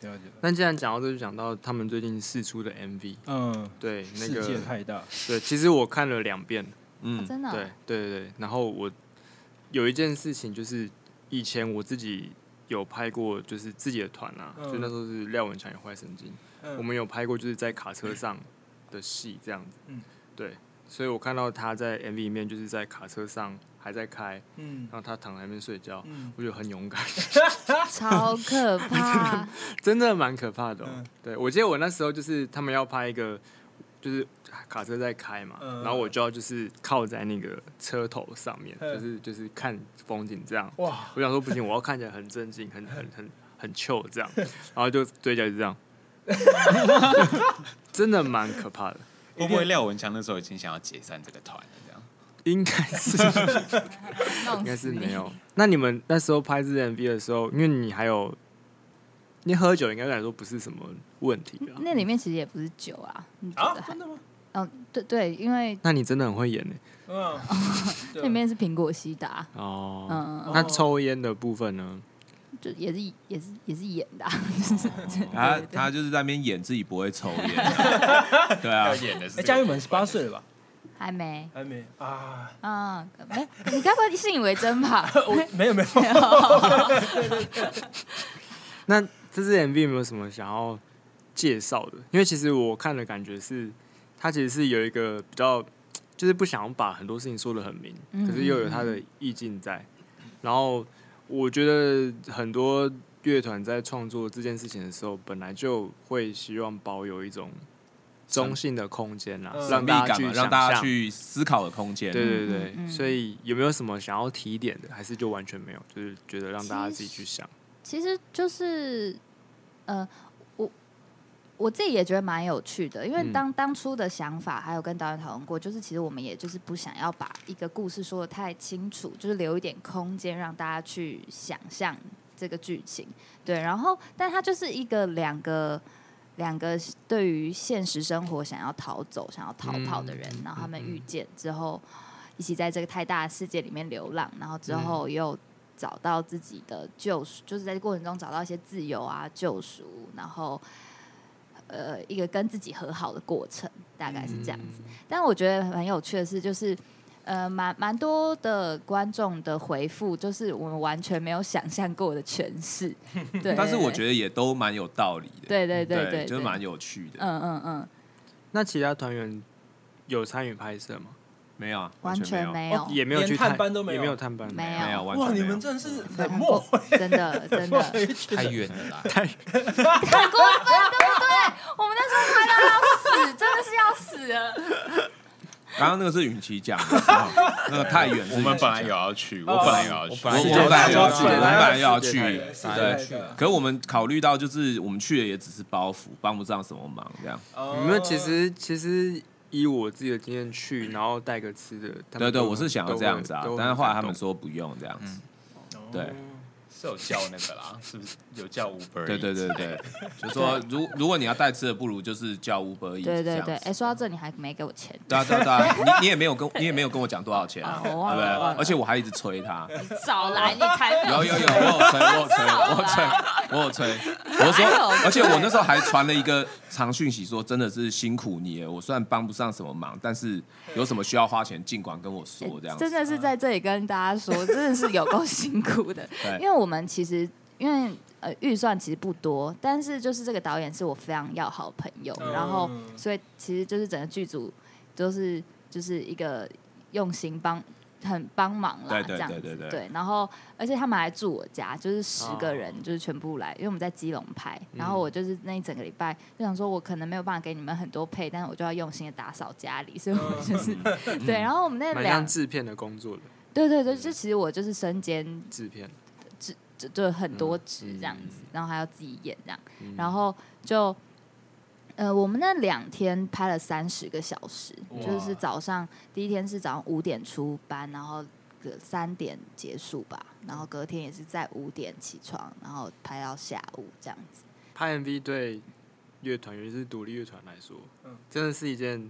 Speaker 4: 了解了。
Speaker 2: 那既然讲到这，就讲到他们最近试出的 MV，
Speaker 4: 嗯，
Speaker 2: 对，那
Speaker 4: 世界
Speaker 2: 个
Speaker 4: 太大，
Speaker 2: 对，其实我看了两遍，
Speaker 5: 嗯
Speaker 3: 嗯，
Speaker 5: 真的
Speaker 2: 对对对对，然后我有一件事情就是以前我自己。有拍过，就是自己的团啊，
Speaker 4: 嗯
Speaker 2: 就那时候是廖文强有坏神经，
Speaker 4: 嗯
Speaker 2: 我们有拍过就是在卡车上的戏这样子，
Speaker 4: 嗯
Speaker 2: 对，所以我看到他在 MV 里面就是在卡车上还在开，
Speaker 4: 嗯
Speaker 2: 然后他躺在那边睡觉，
Speaker 4: 嗯
Speaker 2: 我觉得很勇敢，
Speaker 5: 超可怕，
Speaker 2: 真的蛮可怕的、哦。
Speaker 4: 嗯
Speaker 2: 对我记得我那时候就是他们要拍一个，就是卡车在开嘛，
Speaker 4: 嗯
Speaker 2: 然后我就要就是靠在那个车头上面，
Speaker 4: 嗯
Speaker 2: 就是就是看风景这样，
Speaker 4: 哇，
Speaker 2: 我想说不行，我要看起来很正经，很很很很 chill 这样，然后就嘴角就这样，真的蛮可怕的。
Speaker 6: 会不会廖文强那时候已经想要解散这个团了？这样
Speaker 2: 应该是应哦该是没有。那你们那时候拍这支 MV 的时候，因为你还有你喝酒，应该来说不是什么问题啊。
Speaker 5: 那里面其实也不是酒啊，你觉得还？
Speaker 4: 的吗？
Speaker 5: 嗯，对对，因为
Speaker 2: 那你真的很会演呢、欸
Speaker 4: 嗯，
Speaker 5: 那里面是苹果西达，
Speaker 2: 哦，
Speaker 5: 嗯，
Speaker 2: 那抽烟的部分呢？
Speaker 5: 就也是也是也是演的啊，
Speaker 3: 他他就是在那边演自己不会抽烟，对啊
Speaker 6: 要，演的是
Speaker 4: 哎，
Speaker 6: 这
Speaker 4: 嘉
Speaker 6: 个
Speaker 4: 玉满十八岁了吧？
Speaker 5: 还没，
Speaker 4: 还没啊？
Speaker 5: 嗯，没，你该不会信以为真吧？
Speaker 4: 我没 有没有，
Speaker 2: 那这支 MV 有没有什么想要介绍的？因为其实我看的感觉是，它其实是有一个比较，就是不想把很多事情说的很明，
Speaker 5: 嗯
Speaker 2: 可是又有它的意境在。然后我觉得很多乐团在创作这件事情的时候，本来就会希望保有一种中性的空间啦，
Speaker 4: 嗯
Speaker 2: 让
Speaker 3: 神秘
Speaker 2: 大家
Speaker 3: 感
Speaker 2: 去
Speaker 3: 嘛，
Speaker 2: 想
Speaker 3: 让大家
Speaker 2: 象。
Speaker 3: 去思考的空间。
Speaker 2: 对对对
Speaker 5: 嗯，嗯嗯
Speaker 2: 所以有没有什么想要提点的，还是就完全没有？就是觉得让大家
Speaker 5: 其
Speaker 2: 自己去想。
Speaker 5: 其实就是，呃，我我自己也觉得蛮有趣的，因为
Speaker 2: 嗯
Speaker 5: 当、当初的想法还有跟导演讨论过，就是其实我们也就是不想要把一个故事说的太清楚，就是留一点空间让大家去想象这个剧情。对，然后但它就是一个两个。两个对于现实生活想要逃走、想要逃跑的人，然后他们遇见之后，一起在这个太大的世界里面流浪，然后之后又找到自己的救赎，就是在过程中找到一些自由啊、救赎，然后呃，一个跟自己和好的过程，大概是这样子。
Speaker 3: 嗯
Speaker 5: 但我觉得很有趣的是，就是呃，蛮蛮多的观众的回复，就是我们完全没有想象过的诠 释。对，
Speaker 3: 但是我觉
Speaker 5: 得，
Speaker 3: 得也都蛮有道理的，
Speaker 5: 对对对对，
Speaker 3: 就是
Speaker 5: 对
Speaker 3: 蛮有趣的。
Speaker 5: 嗯嗯嗯，
Speaker 2: 那其他团员有参与拍摄吗？
Speaker 3: 没有啊，哦
Speaker 5: 完全
Speaker 3: 全
Speaker 5: 没
Speaker 4: 有
Speaker 5: 有，
Speaker 2: 也没有去
Speaker 4: 哦连探班都没
Speaker 2: 也
Speaker 4: 有
Speaker 2: 没有探班，
Speaker 5: 没
Speaker 3: 没有，完全
Speaker 4: 哇，
Speaker 3: 没
Speaker 4: 你
Speaker 3: 有
Speaker 4: 们真的是
Speaker 5: 看
Speaker 4: 冷
Speaker 5: 过
Speaker 4: 漠，
Speaker 5: 真的 真的
Speaker 4: 我也觉
Speaker 1: 太
Speaker 4: 得
Speaker 1: 远了啦。
Speaker 5: 太过分，对不对？我们那时候拍到要死，真的是要死了。
Speaker 3: 刚刚那个是允琪讲的，啊那个太远。
Speaker 6: 我们本来有要去，我本来有要去，
Speaker 1: 我本
Speaker 3: 我，
Speaker 1: 来
Speaker 3: 我
Speaker 1: 有
Speaker 3: 本来要
Speaker 4: 世
Speaker 3: 去，
Speaker 4: 界
Speaker 3: 我们
Speaker 4: 太远
Speaker 3: 本来要
Speaker 2: 世界太
Speaker 3: 去
Speaker 2: 远，
Speaker 4: 是
Speaker 3: 对
Speaker 4: 的，。是的
Speaker 3: 可我们考虑到，就是我们去的也只是包袱，帮不上什么忙，这样。
Speaker 4: 哦
Speaker 2: 没有。其实其实以我自己的经验去，然后带个吃的，他
Speaker 3: 对
Speaker 2: 们
Speaker 3: 对，
Speaker 2: 都
Speaker 3: 我是想要
Speaker 2: 都
Speaker 3: 这样子啊
Speaker 2: 都，
Speaker 3: 但是后来他
Speaker 2: 感动
Speaker 3: 们
Speaker 2: 嗯哦
Speaker 3: 说不用这样子。对
Speaker 6: 是有叫那个啦，是不是有叫 Uber？
Speaker 3: 对对对对，就说如如果你要带吃的，不如就是叫 Uber
Speaker 5: 对
Speaker 3: 这
Speaker 5: 对对，
Speaker 3: 样
Speaker 5: 哎，
Speaker 3: 子。嗯
Speaker 5: 说到这，你还没给我钱，
Speaker 3: 对啊对啊对啊，你你也没有跟你也没有跟我讲多少钱啊，
Speaker 5: 啊
Speaker 3: 对
Speaker 5: 我
Speaker 3: 不
Speaker 5: 忘了
Speaker 3: 对
Speaker 5: 忘？了
Speaker 3: 而且我还一直催他，
Speaker 5: 少来，你才没
Speaker 3: 有有有，我有催，我有催，我有催，我有催。我说
Speaker 5: 哪有，
Speaker 3: 而且我那时候还传了一个长讯息，说真的是辛苦你了，我虽然帮不上什么忙，但是有什么需要花钱，尽管跟我说这样
Speaker 5: 哎真
Speaker 3: 子。
Speaker 5: 的是在这里跟大 家说，真的是有够辛苦的
Speaker 3: 对，
Speaker 5: 因为我们其实因为。呃，预算其实不多，但是就是这个导演是我非常要好的朋友，
Speaker 4: 嗯
Speaker 5: 然后所以其实就是整个剧组都是就是一个用心帮很帮忙啦，
Speaker 3: 对对
Speaker 5: 这样子
Speaker 3: 对对对
Speaker 5: 然后而且他们还住我家，就是十
Speaker 2: 哦嗯
Speaker 5: 个人就是全部来，因为我们在基隆拍，然后我就是那一整个礼拜就想说，我可能没有办法给你们很多配，但是我就要用心的打扫家里，所以我
Speaker 2: 嗯
Speaker 5: 就是、对，然后我们那
Speaker 2: 蛮
Speaker 5: 两
Speaker 2: 像制片的工作的
Speaker 5: 对对
Speaker 2: 嗯
Speaker 5: 对，就其实我就是身兼
Speaker 2: 制片，
Speaker 5: 就就很多职这样
Speaker 2: 嗯
Speaker 5: 子，然后还要自己演这样，然后就呃，我们那两天拍了三十个小时，
Speaker 4: 哇
Speaker 5: 就是早上第一天是早上五点出班，然后呃三点结束吧，
Speaker 2: 嗯
Speaker 5: 然后隔天也是在五点起床，然后拍到下午这样 子。
Speaker 2: 拍 MV 对乐团，尤其是独立乐团来说
Speaker 4: 嗯，
Speaker 2: 真的是一件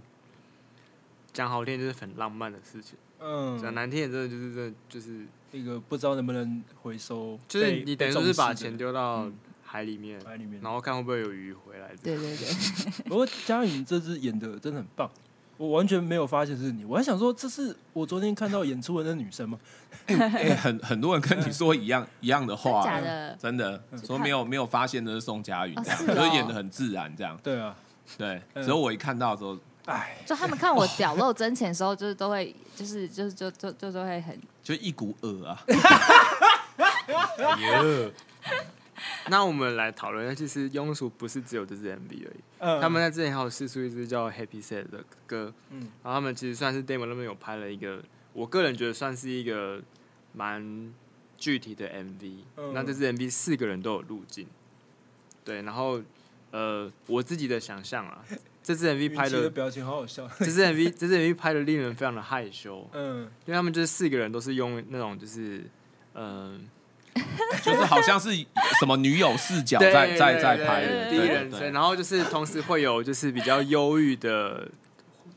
Speaker 2: 讲好听就是很浪漫的事情，讲
Speaker 4: 嗯，
Speaker 2: 难听也真的就是真的就是
Speaker 4: 那个不知道能不能回收
Speaker 2: 就
Speaker 4: 被，
Speaker 2: 是你等于
Speaker 4: 被
Speaker 2: 说
Speaker 4: 重
Speaker 2: 是
Speaker 4: 视
Speaker 2: 把
Speaker 4: 的嗯
Speaker 2: 钱丢到海里面，
Speaker 4: 海里面
Speaker 2: 然。后看会不会有鱼回来。
Speaker 5: 对对对，
Speaker 4: 不过嘉颖这次演的真的很棒，我完全没有发现是你，我还想说这是我昨天看到演出的那女生吗？
Speaker 3: 哎，很很多人跟你说一样一样的话，
Speaker 5: 真假的
Speaker 3: 真的说没有没有发现的是宋佳宇，
Speaker 5: 哦
Speaker 3: 这样
Speaker 5: 是
Speaker 3: 就是
Speaker 5: 哦
Speaker 3: 演的很自然这样。
Speaker 4: 对啊，
Speaker 3: 对，
Speaker 4: 嗯
Speaker 3: 只有我一看到的时候，
Speaker 4: 哎，
Speaker 5: 就他们看我表露真情的时候，就是都会 就是就是就就就都会很
Speaker 3: 就一股恶啊。
Speaker 2: 那我们来讨论一下，其实庸俗不是只有这支 MV 而已，
Speaker 4: 嗯
Speaker 2: 他们在之前还有试出一支叫《Happy Sad》的歌，
Speaker 4: 嗯
Speaker 2: 然后他们其实算是 demo 那边有拍了一个，我个人觉得算是一个蛮具体的 MV、
Speaker 4: 嗯
Speaker 2: 那这支 MV 四个人都有入镜，对，然后呃，我自己的想象 啊，这支 MV 拍
Speaker 4: 云奇的
Speaker 2: 的，
Speaker 4: 表情好好笑。
Speaker 2: 这支 MV 这支 MV 拍的令人非常的害羞，
Speaker 4: 嗯，
Speaker 2: 因为他们就是四个人都是用那种就是，嗯、
Speaker 3: 就是好像是什么女友视角
Speaker 2: 对
Speaker 3: 在
Speaker 2: 对
Speaker 3: 在
Speaker 2: 对
Speaker 3: 在
Speaker 2: 对
Speaker 3: 拍
Speaker 2: 对
Speaker 3: 的，
Speaker 2: 第一
Speaker 3: 对
Speaker 2: 人称，然后就是同时会有就是比较忧郁的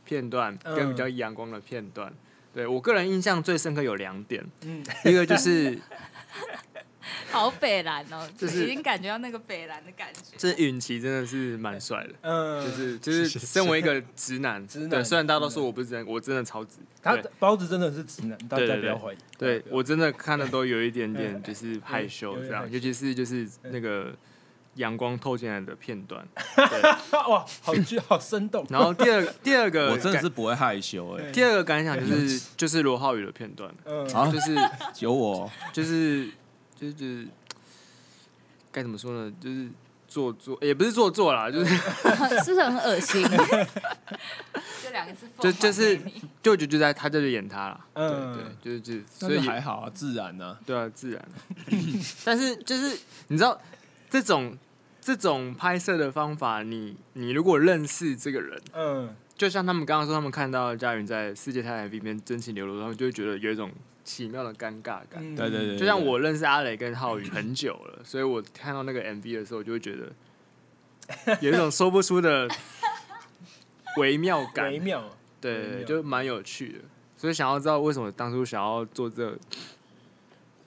Speaker 2: 片段，跟
Speaker 4: 嗯
Speaker 2: 比较阳光的片段。对我个人印象最深刻有两点，
Speaker 4: 嗯
Speaker 2: 一个就是
Speaker 5: 好北蓝哦，
Speaker 2: 就是
Speaker 5: 已经感觉到那个北蓝的感觉。
Speaker 2: 这允琪真的是蛮帅的，
Speaker 4: 嗯，
Speaker 2: 就是就是身为一个直男，
Speaker 4: 直男
Speaker 2: 对，虽然大家都说
Speaker 4: 直男
Speaker 2: 我不是直男，我真的超直，
Speaker 4: 他
Speaker 2: 对
Speaker 4: 包子真的是直男，大
Speaker 2: 对
Speaker 4: 家
Speaker 2: 对
Speaker 4: 不要怀疑。
Speaker 2: 对
Speaker 4: 不要
Speaker 2: 我真的看的都有一点点就是害羞
Speaker 4: 有点
Speaker 2: 这样
Speaker 4: 害，羞
Speaker 2: 尤其是就是那个阳光透进来的片 段。
Speaker 4: 哇，好剧好生动。
Speaker 2: 然后第二第二个
Speaker 3: 我
Speaker 2: 感，
Speaker 3: 真的是不会害羞哎、
Speaker 2: 第二个感想就是就是罗浩宇的片段，
Speaker 4: 嗯，
Speaker 3: 啊
Speaker 2: 就是
Speaker 3: 有我
Speaker 2: 就是就是就是该怎么说呢？就是做作也不是做作啦，就是
Speaker 5: 是不是很恶心？这两个字，
Speaker 2: 就就是舅舅就在他这里演他啦，对
Speaker 4: 嗯
Speaker 2: 对，就是就是所
Speaker 3: 那就
Speaker 2: 以
Speaker 3: 还好啊，自然呢、
Speaker 2: 对啊，自然。 但是就是你知道这种这种拍摄的方法，你你如果认识这个人，
Speaker 4: 嗯，
Speaker 2: 就像他们刚刚说，他们看到佳云在《世界太阳》里面真情流露，他们就会觉得有一种奇妙的尴尬感。
Speaker 4: 嗯
Speaker 3: 对对对，
Speaker 2: 就像我认识阿磊跟浩宇很久了，所以我看到那个 MV 的时候，我就会觉得 有一种说不出的微妙感
Speaker 4: 微。妙。啊微
Speaker 2: 对，
Speaker 4: 妙
Speaker 2: 就蛮有趣的。所以想要知道为什么当初想要做这个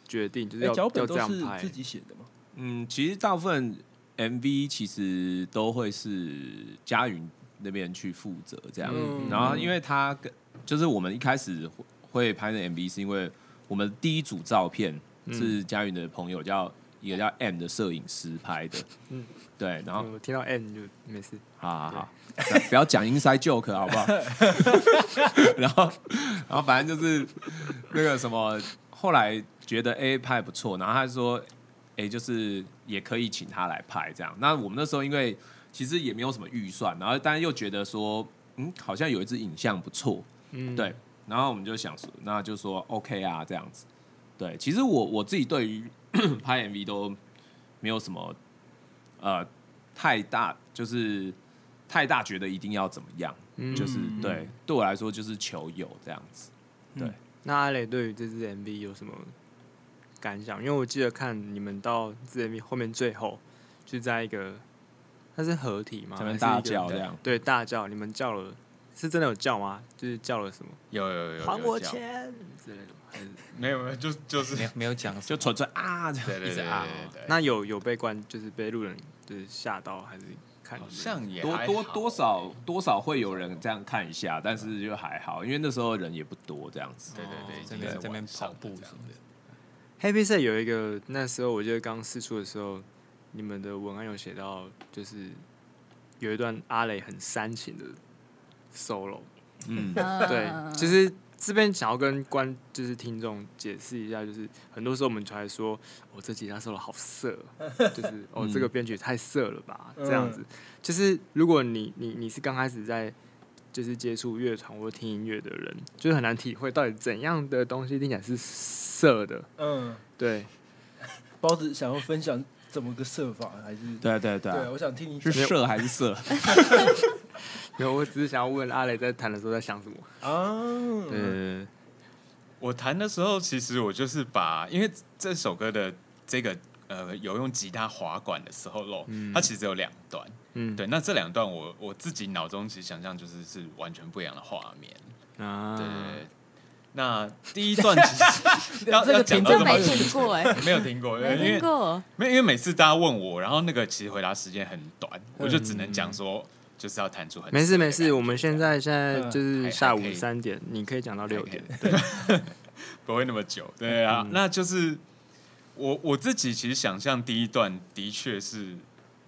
Speaker 2: 决定，就是
Speaker 4: 哎
Speaker 2: 要、
Speaker 4: 脚
Speaker 2: 要
Speaker 4: 本
Speaker 2: 这
Speaker 4: 都
Speaker 2: 样
Speaker 4: 是
Speaker 2: 拍
Speaker 4: 自。己写的吗？
Speaker 3: 嗯，其实大部分 MV 其实都会是佳云那边去负责这样，
Speaker 4: 嗯
Speaker 3: 然后因为他跟就是我们一开始会会拍的 MV 是因为我们第一组照片
Speaker 6: 嗯
Speaker 3: 是佳云的朋友叫一个叫 M 的摄影师拍的，嗯
Speaker 2: 嗯，
Speaker 3: 对，然后
Speaker 2: 嗯我听到 N 就没事。
Speaker 3: 好好好，不要讲 inside joke 好不好？然后，然后反正就是 那个什么，后来觉得 A 拍不错，然后他就说，哎、就是也可以请他来拍这样。那我们那时候因为其实也没有什么预算，然后但又觉得说，嗯，好像有一支影像不错，
Speaker 2: 嗯，
Speaker 3: 对，然后我们就想说，那就说 OK 啊，这样子。对，其实我我自己对于 拍 MV 都没有什么呃太大，就是太大觉得一定要怎么样，
Speaker 2: 嗯
Speaker 3: 就是
Speaker 4: 嗯
Speaker 3: 对对我来说就是求有这样子。
Speaker 2: 那阿磊对于这支 MV 有什么感想？因为我记得看你们到这支 MV 后面最后，就在一个它是合体吗？
Speaker 3: 这边
Speaker 2: 还是
Speaker 3: 大
Speaker 2: 一个
Speaker 3: 叫这样
Speaker 2: 对，大叫。你们叫了，是真的有叫吗？就是叫了什么？
Speaker 6: 有有有有
Speaker 2: 还我
Speaker 6: 这样
Speaker 2: 钱之类的吗？还是
Speaker 6: 没有没有，就 就是
Speaker 1: 没有没有讲什
Speaker 3: 就
Speaker 1: 么，
Speaker 3: 纯粹啊，这样
Speaker 6: 对
Speaker 3: 一
Speaker 6: 对对
Speaker 3: 直
Speaker 6: 对
Speaker 3: 啊，
Speaker 6: 对对，
Speaker 2: 那有有被关，就是被路人就是吓到，还是看你
Speaker 6: 好
Speaker 2: 们
Speaker 6: 像也
Speaker 3: 多
Speaker 6: 还
Speaker 3: 多
Speaker 6: 好嗯
Speaker 3: 多少多少会有人这样看一下，但是就还好，因为那时候人也不多这样子。
Speaker 6: 对对对，已
Speaker 1: 这
Speaker 6: 经
Speaker 1: 边
Speaker 6: 是
Speaker 1: 这边
Speaker 6: 晚上
Speaker 1: 跑步
Speaker 6: 了这样
Speaker 1: 什么的，
Speaker 2: Happy Set 有一个，那时候我记得刚试出的时候，你们的文案有写到，就是有一段阿磊很煽情的 solo，
Speaker 3: 嗯，
Speaker 2: 对，其实这边想要跟观就是听众解释一下，就是很多时候我们才说，哦，这吉他 solo 好色， 就是哦，这个编曲太色了吧，这样
Speaker 3: 嗯
Speaker 2: 子。就是如果你你你是刚开始在就是接触乐团或听音乐的人，就是很难体会到底怎样的东西听起来是色的，
Speaker 4: 嗯，
Speaker 2: 对。
Speaker 4: 包子想要分享怎么个设法，还是
Speaker 3: 对对对啊，
Speaker 4: 对？我想听你
Speaker 3: 是色还是色？
Speaker 2: 没有，我只是想要问阿磊在弹的时候在想什么。
Speaker 4: 啊，
Speaker 2: 嗯，
Speaker 6: 我弹的时候，其实我就是把，因为这首歌的这个呃有用吉他滑管的 solo，、它其实有两段，
Speaker 2: 嗯
Speaker 6: 对，那这两段我我自己脑中其实想象就是是完全不一样的画面，
Speaker 2: 啊，
Speaker 6: 对对对。那第一段其实要
Speaker 4: 这个
Speaker 6: 要讲
Speaker 4: 评
Speaker 6: 到
Speaker 4: 价
Speaker 5: 这
Speaker 6: 这
Speaker 5: 没
Speaker 6: 么
Speaker 5: 听过哎，
Speaker 6: 没有听过，因
Speaker 5: 没
Speaker 6: 为
Speaker 5: 听过，
Speaker 6: 没有因为每次大家问我，然后那个其实回答时间很短，我就只能讲说就是要弹出很
Speaker 2: 没事
Speaker 6: 深
Speaker 2: 没
Speaker 6: 的感
Speaker 2: 事，
Speaker 6: 觉
Speaker 2: 我们现在现在就是下
Speaker 6: 还还可
Speaker 2: 午
Speaker 6: 以
Speaker 2: 三点，你可以讲到六点。
Speaker 6: 对，不会那么久。对啊，那就是我我自己其实想象第一段的确是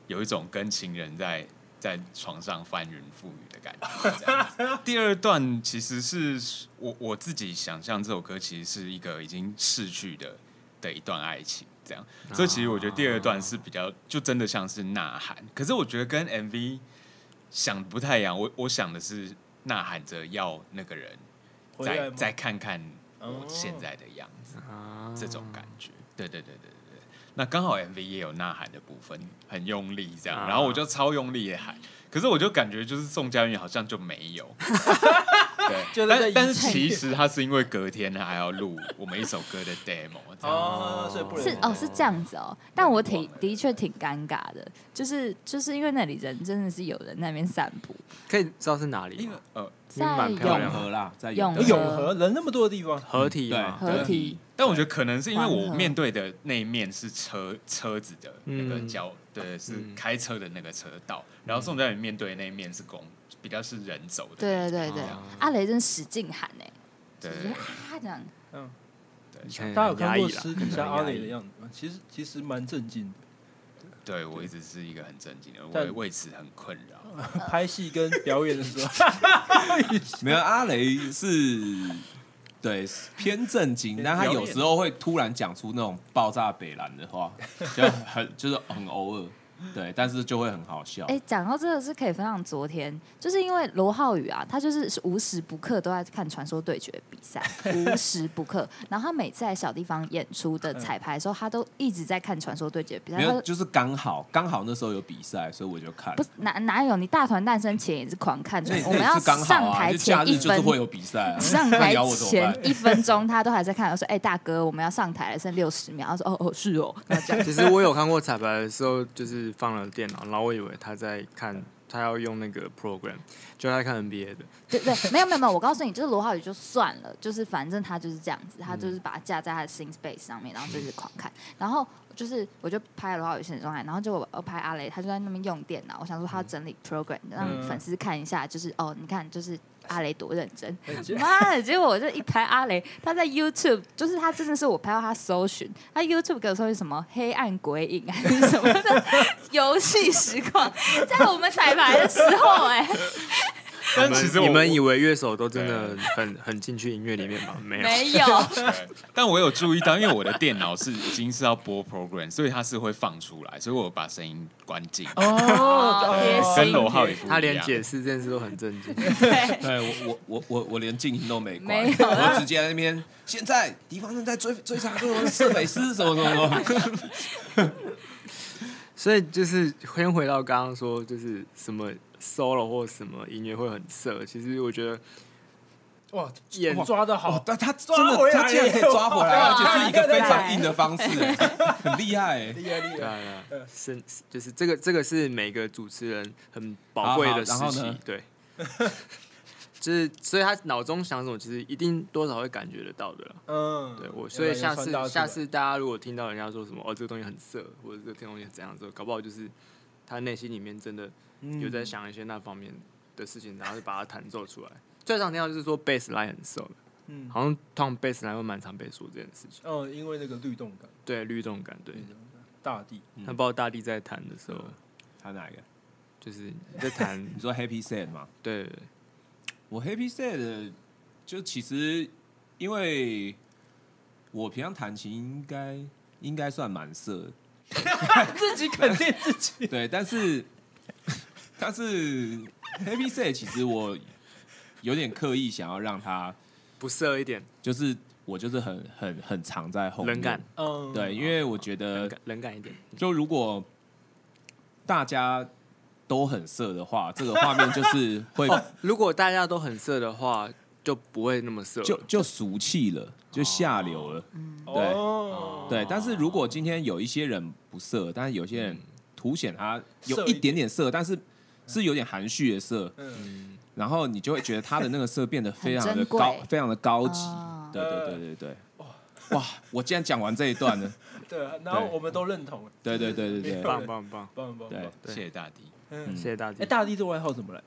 Speaker 6: 有一种跟情人在在床上翻云覆雨的感觉。这样子 第二段其实是我我自己想象这首歌其实是一个已经逝去的的一段爱情。这样，所以其实我觉得第二段是比较，就真的像是呐喊。可是我觉得跟 MV 想的不太一样，我我想的是呐喊着要那个人
Speaker 4: 回来
Speaker 6: 再
Speaker 4: 吗
Speaker 6: 再看看我
Speaker 4: 哦
Speaker 6: 现在的样子，
Speaker 2: 啊
Speaker 6: 这种感觉。对对对对对对。那刚好 MV 也有呐喊的部分，很用力这样，
Speaker 2: 啊
Speaker 6: 然后我就超用力的喊，可是我就感觉就是宋佳韵好像就没有，对，
Speaker 4: 就在
Speaker 6: 但但是
Speaker 5: 隐
Speaker 6: 其实他是因为隔天他还要录我们一首歌的 demo，这样
Speaker 4: 哦，所以不能
Speaker 5: 是哦，是这样子哦，但我挺的确挺尴尬的，就是就是因为那里人真的是有人在那边散步，
Speaker 2: 可以知道是哪里
Speaker 6: 因为
Speaker 2: 吗？
Speaker 6: 呃，
Speaker 2: 因为
Speaker 5: 在
Speaker 2: 蛮漂
Speaker 3: 永
Speaker 2: 亮
Speaker 3: 和啦，在
Speaker 5: 永
Speaker 3: 和
Speaker 4: 有
Speaker 5: 和
Speaker 3: 哎
Speaker 4: 永和人那么多的地方，
Speaker 2: 合体嘛，
Speaker 5: 合体，
Speaker 6: 但我觉得可能是因为
Speaker 5: 缓
Speaker 6: 我
Speaker 5: 和
Speaker 6: 面对的那一面是车车子的那个
Speaker 2: 嗯
Speaker 6: 交，对，是
Speaker 2: 嗯
Speaker 6: 开车的那个车道，然后宋佳宇面对的那一面是公，比较是人走的，
Speaker 5: 对对对对
Speaker 2: 哦，
Speaker 6: 啊
Speaker 5: 阿雷真使劲喊哎，
Speaker 6: 对
Speaker 5: 就
Speaker 6: 对
Speaker 5: 是
Speaker 6: 对
Speaker 5: 啊这样，
Speaker 2: 你看
Speaker 4: 大家有
Speaker 2: 哎很嗯压
Speaker 4: 看过
Speaker 2: 抑啦，
Speaker 4: 私
Speaker 2: 可
Speaker 4: 底
Speaker 2: 能
Speaker 4: 下
Speaker 2: 很
Speaker 4: 阿
Speaker 2: 压
Speaker 4: 磊
Speaker 2: 抑
Speaker 4: 的样子吗？其实其实蛮震惊的，
Speaker 6: 对我一直是一个很震惊的，我
Speaker 4: 但
Speaker 6: 也为此很困 扰。
Speaker 4: 拍戏跟表演的时候，
Speaker 3: 没有阿雷是，对偏正经，但他有时候会突然讲出那种爆炸北兰的话，就很就是很偶尔，对，但是就会很好笑。
Speaker 5: 哎，讲到这个是可以分享昨天，就是因为罗浩宇啊，他就是是无时不刻都在看《传说对决》比 赛，无时不刻。然后他每次在小地方演出的彩排的时候，他都一直在看《传说对决》比赛。
Speaker 3: 嗯没
Speaker 5: 他
Speaker 3: 有，
Speaker 5: 说
Speaker 3: 就是刚好刚好那时候有比赛，所以我就看。
Speaker 5: 不是哪哪有你大团诞生前也是狂看，
Speaker 3: 那
Speaker 5: 我们要
Speaker 3: 那也是刚好
Speaker 5: 上
Speaker 3: 啊，
Speaker 5: 台
Speaker 3: 就假
Speaker 5: 前
Speaker 3: 日
Speaker 5: 一
Speaker 3: 就是
Speaker 5: 分
Speaker 3: 会有比赛 啊，
Speaker 5: 上
Speaker 3: 那
Speaker 5: 台
Speaker 3: 你要我怎么
Speaker 5: 前
Speaker 3: 办？
Speaker 5: 一分钟，他都还在看。我说：“哎、大哥，我们要上台了，剩六十秒。”他说：“哦哦，是哦。然后这样
Speaker 2: 其实我有看过彩排的时候，就是放了电脑，然后我以为他在看，他要用那个 program，就他在看 NBA 的。”
Speaker 5: 对对，没有没有没有，我告诉你，就是罗浩宇就算了，就是反正他就是这样子，他就是把它架在他的 Sing Space 上面，然后就是狂看。然后就是我就拍罗浩宇现实状态，然后就我我拍阿雷，他就在那边用电脑，我想说他要整理 program，让
Speaker 4: 嗯
Speaker 5: 粉丝看一下，就是哦，你看就是阿雷多认 真。
Speaker 4: 结
Speaker 5: 妈的！结果我就一拍阿雷，他在 YouTube，就是他真的是我拍到他搜寻，他 YouTube 给我搜寻什么黑暗鬼影还是什么的 游戏实况，在我们彩排的时候、哎，
Speaker 6: 但
Speaker 2: 你们
Speaker 6: 其实我
Speaker 2: 你们以为乐手都真的很很进去音乐里面吗？没有，
Speaker 5: 没有，
Speaker 6: 对 但我有注意到，因为我的电脑是已经是要播 program，所以它是会放出来，所以我有把声音关静。
Speaker 5: 哦，贴
Speaker 6: 跟
Speaker 5: 心，
Speaker 6: 楼浩也不一样
Speaker 2: 他连解释这件事都很震惊。
Speaker 5: 对，
Speaker 3: 对我我我我我连进行都没关，
Speaker 5: 没有啊
Speaker 3: 我直接在那边。现在敌方正在追追查各种设备师什么什么什 么，
Speaker 2: 所以就是先回到刚刚说，就是什么 solo 或什么音乐会很色。其实我觉得
Speaker 4: 哇，
Speaker 2: 演
Speaker 4: 抓的好
Speaker 3: 哦，，但他真的
Speaker 4: 抓回来
Speaker 3: 他竟然可以抓回来，
Speaker 5: 了
Speaker 3: 而啊且是一个非
Speaker 5: 哇
Speaker 3: 常硬的方式，很厉害欸。
Speaker 4: 厉害厉
Speaker 2: 对
Speaker 4: 害。
Speaker 2: 啊，对啊
Speaker 4: 呃
Speaker 2: 是是就是这个这个是每个主持人很宝贵的时
Speaker 3: 好好然后
Speaker 2: 期
Speaker 3: 呢，
Speaker 2: 对，就是所以他脑中想什么，其实一定多少会感觉得到的啦。
Speaker 4: 嗯，
Speaker 2: 对
Speaker 4: 要
Speaker 2: 我，
Speaker 4: 不
Speaker 2: 所以
Speaker 4: 然
Speaker 2: 下
Speaker 4: 就
Speaker 2: 次
Speaker 4: 穿搭出
Speaker 2: 下
Speaker 4: 来
Speaker 2: 次大家如果听到人家说什么哦这个东西很色，或者这个东西怎样之后，搞不好就是他内心里面真的有
Speaker 3: 嗯
Speaker 4: 嗯
Speaker 2: 在想一些那方面的事情，然后就把它弹奏出来。最常听到就是说 bass line 很瘦，
Speaker 4: 嗯
Speaker 2: 好像通常 bass line 会蛮常被说这件事情。
Speaker 4: 嗯，因为那个律动感，
Speaker 2: 对律动感，对
Speaker 3: 嗯
Speaker 4: 律。动感大地，
Speaker 2: 那包括大地在弹的时候，
Speaker 3: 他哪一个？
Speaker 2: 就是在弹，
Speaker 3: 你说 Happy Sad 吗？
Speaker 2: 对对对
Speaker 3: 我 Happy Sad 就其实因为我平常弹琴应该应该算蛮色的，
Speaker 4: 自己肯定自己。
Speaker 3: 对，但是但是 Happy Sad 其实我有点刻意想要让他，
Speaker 2: 不色一点，
Speaker 3: 就是我就是很很很藏在后面，
Speaker 2: 冷感，
Speaker 4: 嗯，
Speaker 3: 哦对，因为我觉得
Speaker 2: 冷感，冷感一点。
Speaker 3: 就如果大家都很色的话，这个画面就是会
Speaker 2: 如果大家都很色的话，就不会那么色了。
Speaker 3: 就就俗气了，就下流了。对
Speaker 4: 哦，
Speaker 3: 对，但是如果今天有一些人不色，但是有些
Speaker 2: 嗯
Speaker 3: 人凸显他有一点点色，但是是有点含蓄的色，
Speaker 4: 嗯，
Speaker 3: 然后你就会觉得他的那个色变得非常
Speaker 5: 很
Speaker 3: 的
Speaker 5: 珍贵
Speaker 3: 高，非常的高级
Speaker 5: 哦。
Speaker 3: 对对对对对，哇！我竟然讲完这一段了，
Speaker 4: 对，啊然后我们都认同了。
Speaker 3: 对对对对对
Speaker 4: 没有
Speaker 2: 棒
Speaker 4: 人
Speaker 2: 棒棒！
Speaker 4: 棒棒
Speaker 3: 对
Speaker 4: 棒。
Speaker 6: 谢谢大地，
Speaker 4: 嗯，
Speaker 2: 谢谢大地
Speaker 4: 哎，。大地这外号怎么来的？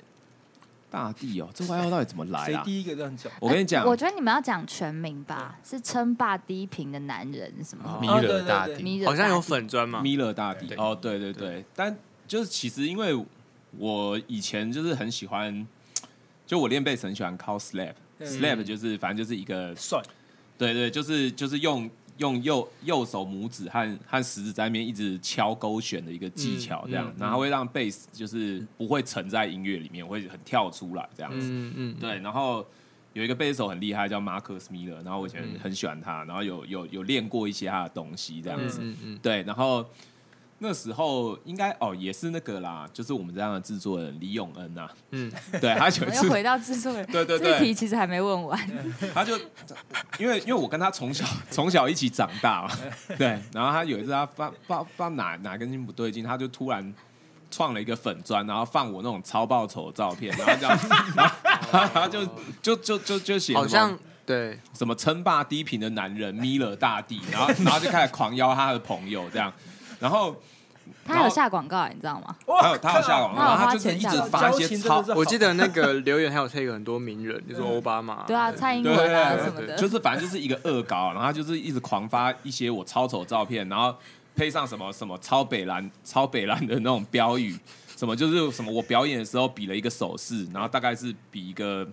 Speaker 3: 大地哦，这外号到底怎么来
Speaker 4: 谁
Speaker 3: 啊？
Speaker 4: 第一个这样讲？
Speaker 3: 我跟你讲，
Speaker 5: 哎我觉得你们要讲全名吧，是称霸低频的男人什么
Speaker 1: 迷
Speaker 4: 哦对
Speaker 1: 了
Speaker 4: 对
Speaker 1: 大
Speaker 4: 对
Speaker 1: 地，
Speaker 5: 迷人，
Speaker 2: 好像有粉砖嘛，
Speaker 3: 米勒大帝
Speaker 6: 对
Speaker 3: 哦，对对对，但就是其实因为我以前就是很喜欢，就我练贝斯很喜欢 call slap、
Speaker 4: 嗯
Speaker 3: slap 就是反正就是一个，
Speaker 4: 帅，
Speaker 3: 对对，就是就是用用右右手拇指和和食指在那边一直敲勾选的一个技巧，这样，
Speaker 2: 嗯嗯
Speaker 3: 然后会让贝斯就是不会沉在音乐里面，会很跳出来这样子。
Speaker 2: 嗯嗯，
Speaker 3: 对，然后有一个贝斯手很厉害，叫 Marcus Miller，然后我以前
Speaker 2: 嗯
Speaker 3: 很喜欢他，然后有有有练过一些他的东西这样子，
Speaker 2: 嗯嗯，
Speaker 3: 对，然后那时候应该哦也是那个啦，就是我们这样的制作人李永恩呐、啊，
Speaker 2: 嗯哎
Speaker 3: 嗯， 对他有
Speaker 5: 我
Speaker 3: 一
Speaker 5: 们又
Speaker 3: 次
Speaker 5: 回到制作人，
Speaker 3: 对对
Speaker 5: 这
Speaker 3: 对
Speaker 5: 一题其实还没问完。
Speaker 3: 他就因为因为我跟他从小 从小一起长大嘛，对，然后他有一次他发不知道不知道哪哪根筋不对劲，他就突然。创了一个粉砖，然后放我那种超爆丑的照片，然后这样， 然后他就就就就就写什么
Speaker 2: 好像对，
Speaker 3: 什么称霸低频的男人咪了大地，然后然后就开始狂邀他的朋友这样，然后
Speaker 5: 他有下广告、你知道吗？
Speaker 3: 还有他有下广告，
Speaker 5: 那我
Speaker 3: 然后
Speaker 5: 花
Speaker 3: 他就是
Speaker 5: 钱
Speaker 3: 一
Speaker 5: 下
Speaker 3: 直
Speaker 5: 广
Speaker 3: 发一
Speaker 4: 交
Speaker 3: 些
Speaker 4: 情真
Speaker 3: 超
Speaker 4: 的是好
Speaker 2: 我记得那个留言还有 take 很多名人，就是奥巴马，
Speaker 5: 对啊，蔡英
Speaker 3: 对
Speaker 5: 文啊
Speaker 3: 对
Speaker 5: 什
Speaker 3: 对
Speaker 5: 么的，
Speaker 3: 就是反正就是一个恶搞，然后他就是一直狂发一些我超丑照片，然后配上什么什么超北蓝超北蓝的那种标语，什么就是什么我表演的时候比了一个手势，然后大概是比一个。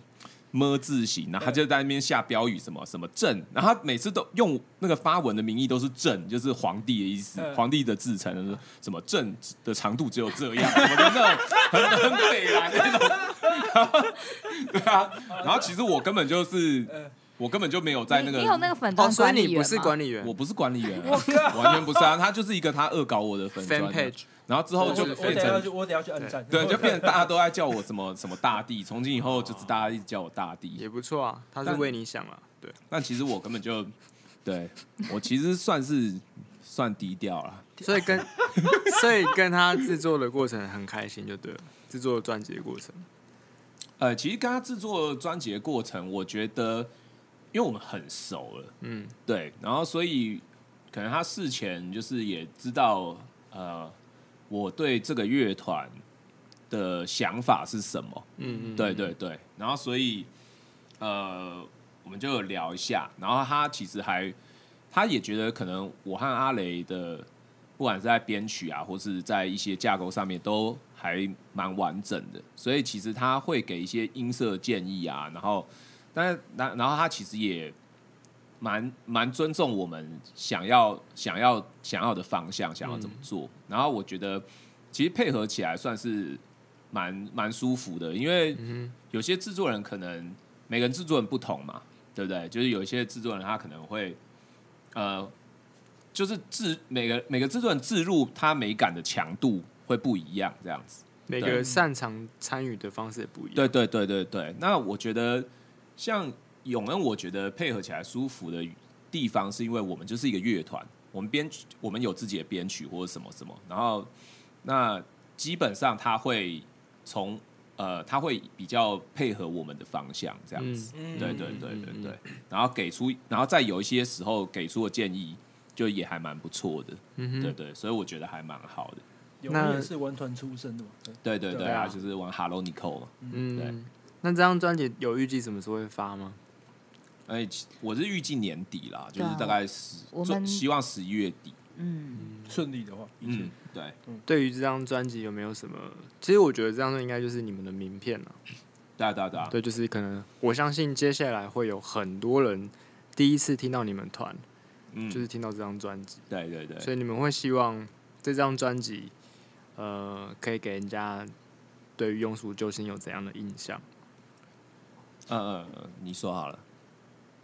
Speaker 3: 么字形，然后他
Speaker 4: 嗯
Speaker 3: 就在那边下标语，什么什么朕，然后他每次都用那个发文的名义都是朕，就是皇帝的意思，
Speaker 4: 嗯
Speaker 3: 皇帝的自称，什么朕的长度只有这样，我真的很很北蓝那种， 对啊，然后其实我根本就是
Speaker 4: 嗯，
Speaker 3: 我根本就没有在那
Speaker 5: 你
Speaker 3: 个，
Speaker 5: 你有那个粉
Speaker 2: 哦，
Speaker 5: 钻
Speaker 2: 所以
Speaker 5: 管理
Speaker 2: 你
Speaker 5: 员
Speaker 2: 不
Speaker 5: 吗？
Speaker 2: 是管理员
Speaker 3: 我不是管理员啊、完全不是啊，他就是一个他恶搞我的粉
Speaker 2: ，fan
Speaker 3: 专啊，
Speaker 2: page，
Speaker 3: 然后之后
Speaker 4: 我
Speaker 3: 就
Speaker 4: 我等
Speaker 3: 变
Speaker 4: 一下去，
Speaker 3: 成。
Speaker 4: 我等一下去按赞。
Speaker 3: 对，就变成大家都在叫我什么什么大帝，从今以后就是大家一直叫我大帝
Speaker 2: 也。不错啊，他是
Speaker 3: 但
Speaker 2: 为你想了，对，
Speaker 3: 但其实我根本就， 对我其实算是算低调了。
Speaker 2: 所以跟所以跟他制作的过程很开心就对了，制作专辑的过程，
Speaker 3: 呃，其实跟他制作专辑的过程，我觉得，因为我们很熟了，
Speaker 2: 嗯，
Speaker 3: 对，然后所以可能他事前就是也知道，呃，我对这个乐团的想法是什么，
Speaker 2: 嗯嗯，
Speaker 3: 对对对，然后所以呃，我们就有聊一下，然后他其实还他也觉得可能我和阿雷的呃不管是在编曲啊，或是在一些架构上面都还蛮完整的，所以其实他会给一些音色建议啊，然后但然然后他其实也。蛮蛮尊重我们想要想要想要的方向，想要怎么做。然后我觉得，其实配合起来算是蛮蛮舒服的，因为有些制作人可能每个人制作人不同嘛，对不对？就是有一些制作人他可能会呃，就是制每个每个制作人置入他美感的强度会不一样，这样子。
Speaker 2: 每个人擅长参与的方式也不一样，
Speaker 3: 对对对对对。那我觉得像永恩，我觉得配合起来舒服的地方，是因为我们就是一个乐团，我们编曲，我们有自己的编曲或者什么什么，然后那基本上他会从呃，他会比较配合我们的方向这样子。
Speaker 4: 嗯
Speaker 3: 对对对对
Speaker 2: 嗯
Speaker 3: 对，然后给出，然后在有一些时候给出的建议，就也还蛮不错的，
Speaker 2: 嗯哼
Speaker 3: 对对，所以我觉得还蛮好的，
Speaker 4: 有
Speaker 2: 那
Speaker 4: 人也是玩团出身的嘛？呃对
Speaker 3: 对对对
Speaker 4: 对
Speaker 3: 啊，
Speaker 2: 啊
Speaker 3: 就是玩 Hello Nico 嘛，
Speaker 2: 嗯，那这张专辑有预计什么时候会发吗？
Speaker 3: 哎，其我是预计年底啦，就
Speaker 5: 对啊
Speaker 3: 是大概十，
Speaker 5: 我
Speaker 3: 最
Speaker 5: 们
Speaker 3: 希望十一月底，
Speaker 5: 嗯，
Speaker 4: 顺利的话，
Speaker 3: 嗯，对，
Speaker 2: 对于这张专辑有没有什么？其实我觉得这张专辑应该就是你们的名片了、
Speaker 3: 对啊对啊对啊，
Speaker 2: 对，就是可能我相信接下来会有很多人第一次听到你们团，
Speaker 3: 嗯，
Speaker 2: 就是听到这张专辑，
Speaker 3: 对对对，
Speaker 2: 所以你们会希望这张专辑，呃，可以给人家对于庸俗救星有怎样的印象？
Speaker 3: 嗯嗯，嗯你说好了，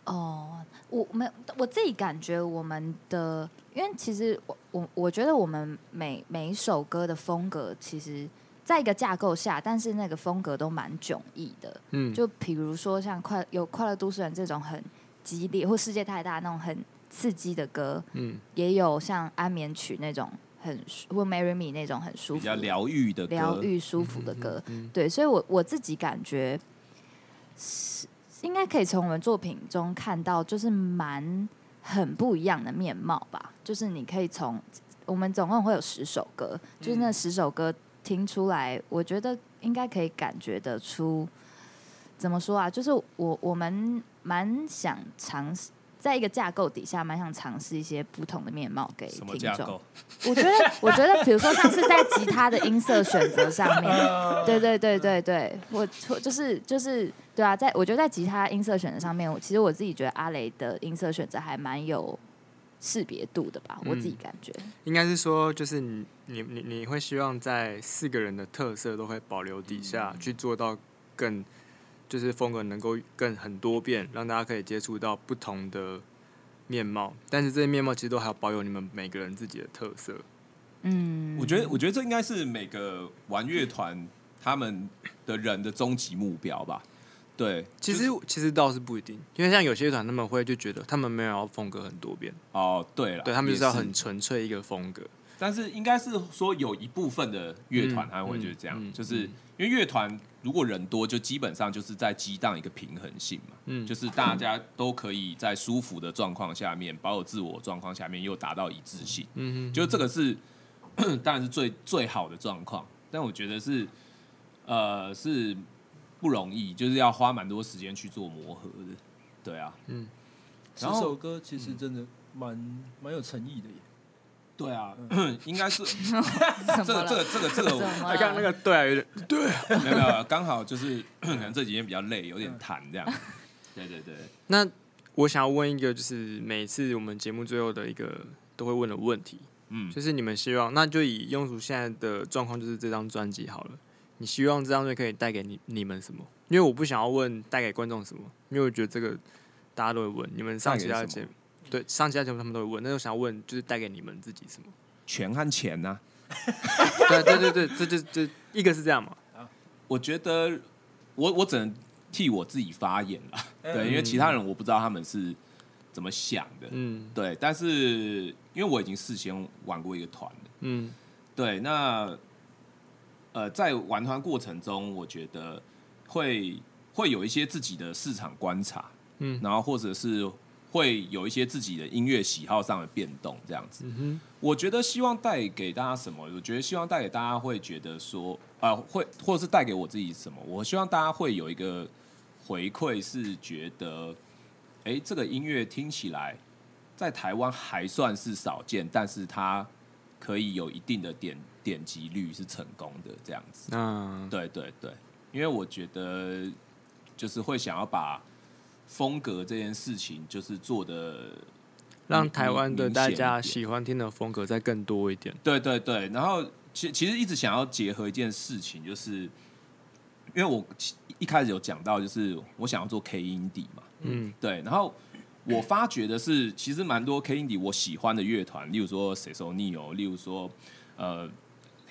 Speaker 5: 哦，我们我自己感觉我们的，因为其实我我我觉得我们每每一首歌的风格，其实在一个架构下，但是那个风格都蛮迥异的。
Speaker 2: 嗯，
Speaker 5: 就比如说像快有《快乐都市人》这种很激烈，或《世界太大》那种很刺激的歌，
Speaker 2: 嗯
Speaker 5: 也有像《安眠曲》那种很舒或《Marry Me》那种很舒
Speaker 3: 比
Speaker 5: 服
Speaker 3: 较
Speaker 5: 的、
Speaker 3: 疗愈的歌，
Speaker 5: 疗愈、舒服的歌。
Speaker 2: 嗯
Speaker 5: 对，所以我我自己感觉是应该可以从我们作品中看到，就是蛮很不一样的面貌吧。就是你可以从我们总共会有十首歌，就是
Speaker 3: 嗯
Speaker 5: 那十首歌听出来，我觉得应该可以感觉得出。怎么说啊？就是我我们蛮想尝试，在一个架构底下，蛮想尝试一些不同的面貌给
Speaker 3: 什
Speaker 5: 听
Speaker 3: 么架
Speaker 5: 众
Speaker 3: 构。？
Speaker 5: 我觉得，我觉得，比如说像是在吉他的音色选择上面，对对对对对，我我就是就是对啊，在我觉得在吉他音色选择上面，我其实我自己觉得阿雷的音色选择还蛮有识别度的吧，我自己感觉。
Speaker 2: 应该是说，就是你你你你嗯会希望在四个人的特色都会保留底下，去做到更就是风格能够更很多变，让大家可以接触到不同的面貌。但是这些面貌其实都还要保有你们每个人自己的特色。
Speaker 5: 嗯，
Speaker 3: 我觉得，我觉得这应该是每个玩乐团他们的人的终极目标吧。对，
Speaker 2: 其实其实倒是不一定，因为像有些团他们会就觉得他们没有要风格很多变，
Speaker 3: 哦，对了，
Speaker 2: 对他们就是
Speaker 3: 也
Speaker 2: 要很纯粹一个风格。
Speaker 3: 但是应该是说有一部分的乐团他会就是这样，
Speaker 2: 嗯嗯
Speaker 3: 就是
Speaker 2: 嗯
Speaker 3: 因为乐团如果人多，就基本上就是在激荡一个平衡性嘛，
Speaker 2: 嗯
Speaker 3: 就是大家都可以在舒服的状况下面，保有自我的状况下面又达到一致性，
Speaker 2: 嗯
Speaker 3: 就这个是 当然是最最好的状况，但我觉得是呃是不容易，就是要花蛮多时间去做磨合的，对啊，
Speaker 4: 这
Speaker 3: 然后
Speaker 4: 首歌其实真的蛮蛮有诚意的耶。
Speaker 3: 对啊， 应该是
Speaker 5: 什
Speaker 3: 这个
Speaker 5: 么
Speaker 3: 这个
Speaker 5: 了？
Speaker 3: 这个这个
Speaker 5: 怎么
Speaker 3: 我。
Speaker 5: 了？
Speaker 2: 个对啊，有点
Speaker 3: 没有没有，刚好就是 可能这几天比较累，有点痰这样。对对对，
Speaker 2: 那我想要问一个，就是每次我们节目最后的一个都会问的问题，
Speaker 3: 嗯，
Speaker 2: 就是你们希望，那就以庸俗现在的状况，就是这张专辑好了。你希望这张专辑可以带给你你们什么？因为我不想要问带给观众什么，因为我觉得这个大家都会问。你们上其他
Speaker 3: 带
Speaker 2: 的
Speaker 3: 给什
Speaker 2: 节
Speaker 3: 么
Speaker 2: 目，对上其他节目他们都会问，那我想要问就是带给你们自己 什么？
Speaker 3: 权和啊钱呢、
Speaker 2: 对对对对，这就这一个是这样嘛？
Speaker 3: 我觉得我我只能替我自己发言了，对，因为其他人我不知道他们是怎么想的，
Speaker 2: 嗯
Speaker 3: 对，但是因为我已经事先玩过一个团了，
Speaker 2: 嗯
Speaker 3: 对，那呃，在玩团过程中，我觉得会会有一些自己的市场观察，
Speaker 2: 嗯
Speaker 3: 然后或者是会有一些自己的音乐喜好上的变动，这样子。
Speaker 2: 嗯
Speaker 3: 我觉得希望带给大家什么？我觉得希望带给大家会觉得说，啊、会或者是带给我自己什么？我希望大家会有一个回馈，是觉得，哎，这个音乐听起来在台湾还算是少见，但是它可以有一定的点点击率是成功的这样子。
Speaker 2: 哼，那
Speaker 3: 对对对，因为我觉得就是会想要把风格这件事情，就是做的
Speaker 2: 让台湾的大家
Speaker 3: 明显一点
Speaker 2: 喜欢听的风格再更多一点。
Speaker 3: 对对对，然后其其实一直想要结合一件事情，就是因为我其一开始有讲到，就是我想要做 K 音底嘛，
Speaker 2: 嗯
Speaker 3: 对，然后我发觉的是，其实蛮多 K 音底我喜欢的乐团，例如说 s e s o n i o 例如说呃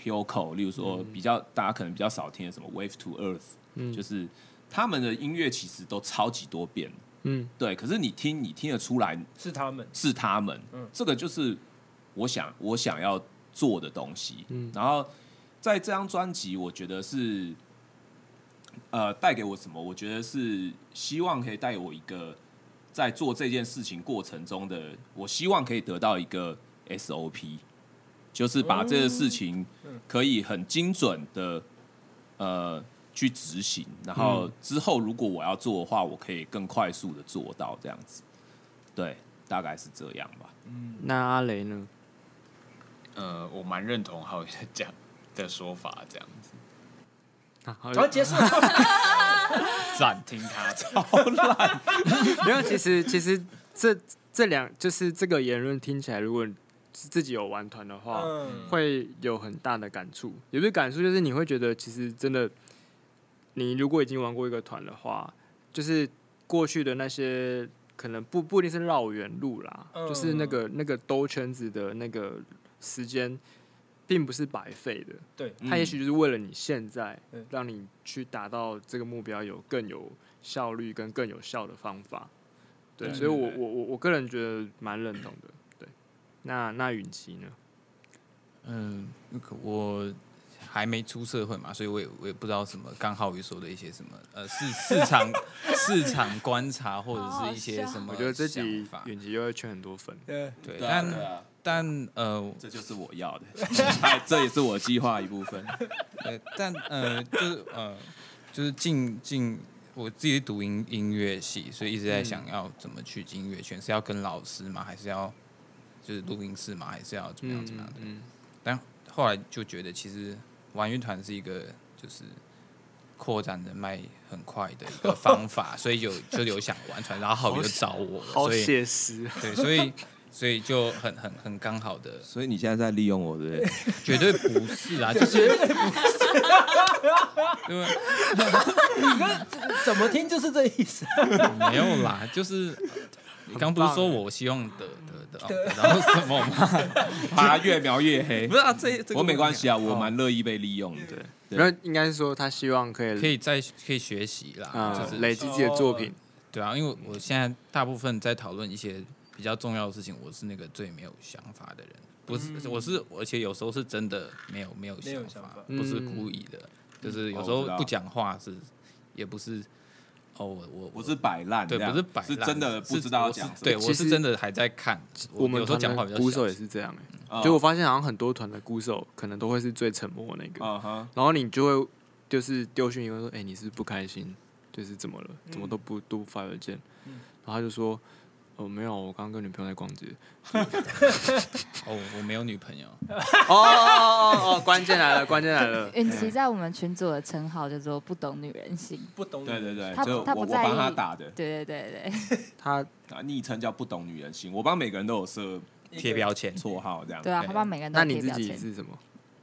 Speaker 3: Hilco，例如说比较、大家可能比较少听的什么 Wave to Earth，、
Speaker 2: 嗯
Speaker 3: 就是他们的音乐其实都超级多变的，
Speaker 2: 嗯
Speaker 3: 对，可是你听你听得出来
Speaker 4: 是他们，
Speaker 3: 是他们，
Speaker 4: 嗯
Speaker 3: 这个就是我想我想要做的东西。
Speaker 2: 嗯
Speaker 3: 然后在这张专辑，我觉得是呃带给我什么？我觉得是希望可以带给我一个在做这件事情过程中的，我希望可以得到一个 SOP，就是把这个事情可以很精准的呃。去执行，然后之后如果我要做的话，我可以更快速的做到这样子。对，大概是这样吧。
Speaker 2: 那阿雷呢？
Speaker 6: 呃，我蛮认同浩宇的讲的说法，这样子
Speaker 2: 啊好
Speaker 4: 好，结束。
Speaker 6: 赞听他的。
Speaker 2: 没有，其实其实这这两就是这个言论听起来，如果自己有玩团的话，
Speaker 4: 嗯，
Speaker 2: 会有很大的感触。有些感触就是你会觉得，其实真的，你如果已经玩过一个团的话，就是过去的那些可能不不一定是绕远路啦，
Speaker 4: 嗯
Speaker 2: 就是那个那个兜圈子的那个时间，并不是白费的。
Speaker 4: 对，
Speaker 2: 他也
Speaker 1: 嗯
Speaker 2: 许就是为了你现在
Speaker 4: 对，
Speaker 2: 让你去达到这个目标有更有效率跟更有效的方法。对，
Speaker 4: 对
Speaker 2: 所以我
Speaker 3: 对
Speaker 2: 我我我个人觉得蛮认同的。对，那那允琪呢？
Speaker 1: 嗯，那个我还没出社会嘛，所以我也我也不知道什么刚浩宇说的一些什么呃市市场市场观察或者是一些什么
Speaker 2: 我觉得这集
Speaker 1: 想法
Speaker 2: 允琪又会圈很多粉。
Speaker 4: 对，
Speaker 1: 对，
Speaker 3: 对啊，对
Speaker 1: 但
Speaker 3: 啊，
Speaker 1: 但呃
Speaker 3: 这就是我要的， 哎这也是我计划一部分。
Speaker 1: 呃但呃就是呃就是进进我自己读音音乐系，所以一直在想要怎么去进音乐圈，是要跟老师吗？还是要就是录音室吗？还是要怎么样怎么样？
Speaker 2: 嗯
Speaker 1: 但后来就觉得，其实玩乐团是一个就是扩展人脉很快的一个 方法，所以有就有想玩团，然后好友就找我，
Speaker 2: 好
Speaker 1: 所以
Speaker 2: 写实。
Speaker 1: 对，所以所以就很很很刚好的，
Speaker 7: 所以你现在在利用我，对不对？
Speaker 1: 绝对不是啊，就是啊绝对不是， 对吧？
Speaker 4: 怎么听就是这意思。
Speaker 1: 没有啦，就是你刚不是说我希望得得得得到什么吗？
Speaker 3: 他越描越黑
Speaker 1: 不。是啊，这这个
Speaker 3: 我没关系
Speaker 1: 啊，哦
Speaker 3: 啊，我蛮乐意被利用的。
Speaker 2: 对，
Speaker 3: 对
Speaker 2: 没有，应该是说他希望可以
Speaker 1: 可以再可以学习啦，
Speaker 2: 啊、
Speaker 1: 就是
Speaker 2: 累积自己的作品，
Speaker 1: 对啊，因为我现在大部分在讨论一些比较重要的事情，我是那个最没有想法的人，不是，我是，而且有时候是真的没有没有
Speaker 4: 没有
Speaker 1: 法，
Speaker 4: 想法
Speaker 1: 不是
Speaker 2: 嗯
Speaker 1: 故意的，就是有时
Speaker 3: 哦我
Speaker 1: 候
Speaker 3: 知道
Speaker 1: 不讲话是，也不是，哦，我我
Speaker 3: 不是摆烂这
Speaker 1: 对，
Speaker 3: 样，
Speaker 1: 不是摆
Speaker 3: 是
Speaker 1: 烂
Speaker 3: 真的不知道要讲
Speaker 1: 是
Speaker 3: 什
Speaker 1: 对，
Speaker 3: 么。
Speaker 2: 其
Speaker 1: 我是
Speaker 2: 实
Speaker 1: 真的还在看，
Speaker 2: 们
Speaker 1: 有时候讲话比
Speaker 2: 团
Speaker 1: 较
Speaker 2: 的鼓手
Speaker 1: 小哦
Speaker 2: 也是这样、欸，
Speaker 3: 嗯
Speaker 2: 就我发现好像很多团的鼓手可能都会是最沉默
Speaker 1: 哦
Speaker 2: 的那个，
Speaker 3: 嗯哼，
Speaker 2: 然后你就会就是丢讯息问说，哎、你是不是不开心，就是怎么了，怎么都不都不发邮件，然后他就说，哦，没有，我刚刚跟女朋友在逛街，
Speaker 1: 哦，我没有女朋友，
Speaker 2: 哦哦哦哦，关键来了，关键来了，
Speaker 5: 允琪在我们群组的称号叫做“不懂女人心
Speaker 4: 不懂
Speaker 3: 对对对，
Speaker 5: 他
Speaker 3: 就
Speaker 5: 他
Speaker 3: 我
Speaker 5: 不
Speaker 3: 我
Speaker 5: 在
Speaker 3: 帮他
Speaker 5: 意
Speaker 3: 打的”，，
Speaker 5: 对对对对
Speaker 2: 他
Speaker 3: 啊，昵称叫不懂女人心，我帮每个人都有设
Speaker 1: 贴标签，
Speaker 3: 绰号这样。
Speaker 5: 对啊，他帮每个人都
Speaker 2: 那你
Speaker 5: 贴
Speaker 2: 自
Speaker 5: 标
Speaker 2: 己
Speaker 5: 签，
Speaker 2: 是什么？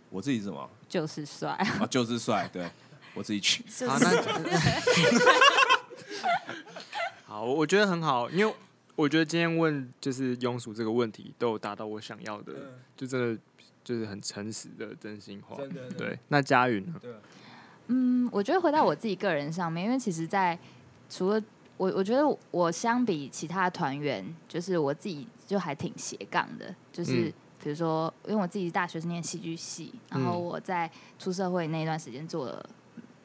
Speaker 3: 我自己是什么？
Speaker 5: 就是帅，
Speaker 3: 啊，就是帅，对我自己取。
Speaker 5: 就
Speaker 2: 好，
Speaker 5: 是
Speaker 2: 那好，我我觉得很好，因为我觉得今天问就是庸俗这个问题，都有达到我想要的，
Speaker 4: 嗯
Speaker 2: 就真的就是很诚实的真心话。
Speaker 4: 真的
Speaker 2: 对，那佳云呢？
Speaker 4: 对啊，
Speaker 5: 嗯，我觉得回到我自己个人上面，因为其实在除了我，我觉得我相比其他团员，就是我自己就还挺斜杠的，就是
Speaker 2: 嗯
Speaker 5: 比如说，因为我自己大学是念戏剧系，然后
Speaker 2: 嗯
Speaker 5: 我在出社会那一段时间做了，